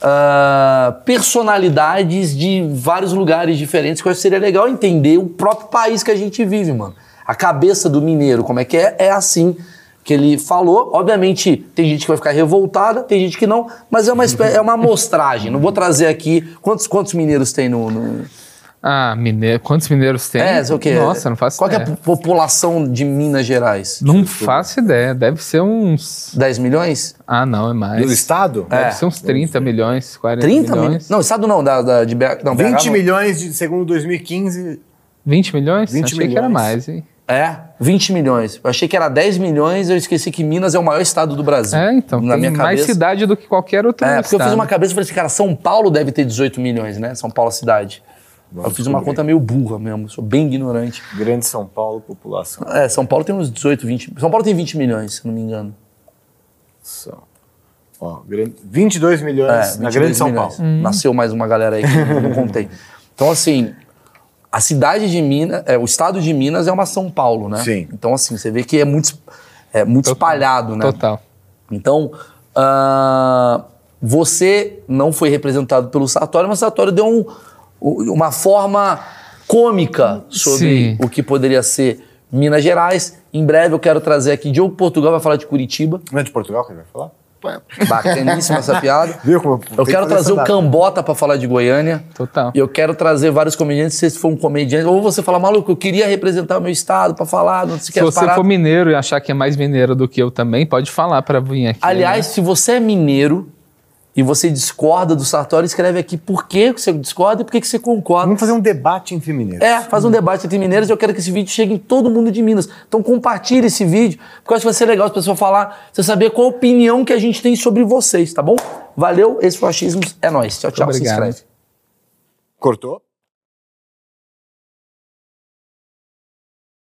Speaker 1: ah, personalidades de vários lugares diferentes, que eu acho que seria legal entender o próprio país que a gente vive, mano. A cabeça do mineiro, como é que é? É assim que ele falou. Obviamente, tem gente que vai ficar revoltada, tem gente que não, mas é uma, espé- é uma amostragem. Não vou trazer aqui. Quantos, quantos mineiros tem no. no...
Speaker 2: Ah, mineiro. Quantos mineiros tem?
Speaker 1: É, sei o quê?
Speaker 2: Nossa, não faço
Speaker 1: Qual que é a
Speaker 2: ideia.
Speaker 1: po- população de Minas Gerais?
Speaker 2: Não faço ideia. Deve ser uns.
Speaker 1: 10 milhões?
Speaker 2: Ah, não, é mais.
Speaker 3: Do Estado?
Speaker 2: Deve
Speaker 1: É.
Speaker 2: ser uns 30 milhões, 40
Speaker 1: 30
Speaker 2: milhões.
Speaker 1: milhões? Não, estado não, da, da, de BH. Não,
Speaker 3: 20
Speaker 1: BH não.
Speaker 3: milhões, de, segundo 2015,
Speaker 2: 20 milhões?
Speaker 3: 20
Speaker 2: Achei que era
Speaker 3: milhões.
Speaker 2: mais, hein?
Speaker 1: É, 20 milhões. Eu achei que era 10 milhões, eu esqueci que Minas é o maior estado do Brasil.
Speaker 2: É, então.
Speaker 1: Na
Speaker 2: tem
Speaker 1: minha
Speaker 2: mais
Speaker 1: cabeça.
Speaker 2: cidade do que qualquer outro
Speaker 1: É, porque eu fiz
Speaker 2: estado.
Speaker 1: uma cabeça e falei assim, cara, São Paulo deve ter 18 milhões, né? São Paulo a cidade. eu fiz uma
Speaker 3: descobrir.
Speaker 1: conta meio burra mesmo, sou bem ignorante.
Speaker 3: Grande São Paulo, população.
Speaker 1: É, São Paulo tem uns 18, 20. São Paulo tem 20 milhões, se não me engano.
Speaker 3: São. Ó, grande, 22 milhões
Speaker 1: É,
Speaker 3: na
Speaker 1: 22
Speaker 3: Grande São
Speaker 1: milhões.
Speaker 3: Paulo.
Speaker 2: Hum.
Speaker 1: Nasceu mais uma galera aí que eu não contei. Então, assim, a cidade de Minas, é, o estado de Minas é uma São Paulo, né?
Speaker 3: Sim.
Speaker 1: Então, assim, você vê que é muito, é, muito espalhado, né?
Speaker 2: Total.
Speaker 1: Então, ah, você não foi representado pelo Sartori, mas o Sartori deu um- u- uma forma cômica sobre
Speaker 2: Sim.
Speaker 1: o que poderia ser Minas Gerais. Em breve eu quero trazer aqui Diogo Portugal, vai falar de Curitiba.
Speaker 3: Não é de Portugal que ele vai falar?
Speaker 1: Bacaníssima essa piada.
Speaker 3: Viu como tem
Speaker 1: Eu
Speaker 3: que
Speaker 1: quero
Speaker 3: fazer
Speaker 1: trazer o
Speaker 3: stand-up.
Speaker 1: Cambota pra falar de Goiânia.
Speaker 2: Total.
Speaker 1: E eu quero trazer vários comediantes, se você for um comediante, ou você fala, maluco, eu queria representar o meu estado pra falar, não sei o que.
Speaker 2: Se
Speaker 1: as
Speaker 2: você
Speaker 1: paradas."
Speaker 2: for mineiro e achar que é mais mineiro do que eu também, pode falar pra vir aqui.
Speaker 1: Aliás, se você é mineiro e você discorda do Sartori, escreve aqui por que você discorda e por que que você concorda.
Speaker 3: Vamos fazer um debate entre mineiros.
Speaker 1: É, faz um debate entre mineiros e eu quero que esse vídeo chegue em todo mundo de Minas. Então compartilhe esse vídeo, porque eu acho que vai ser legal as pessoas falar, você saber qual a opinião que a gente tem sobre vocês, tá bom? Valeu, esse foi o Achismos, é nóis. Tchau, tchau, se
Speaker 2: Obrigado.
Speaker 1: inscreve.
Speaker 3: Cortou?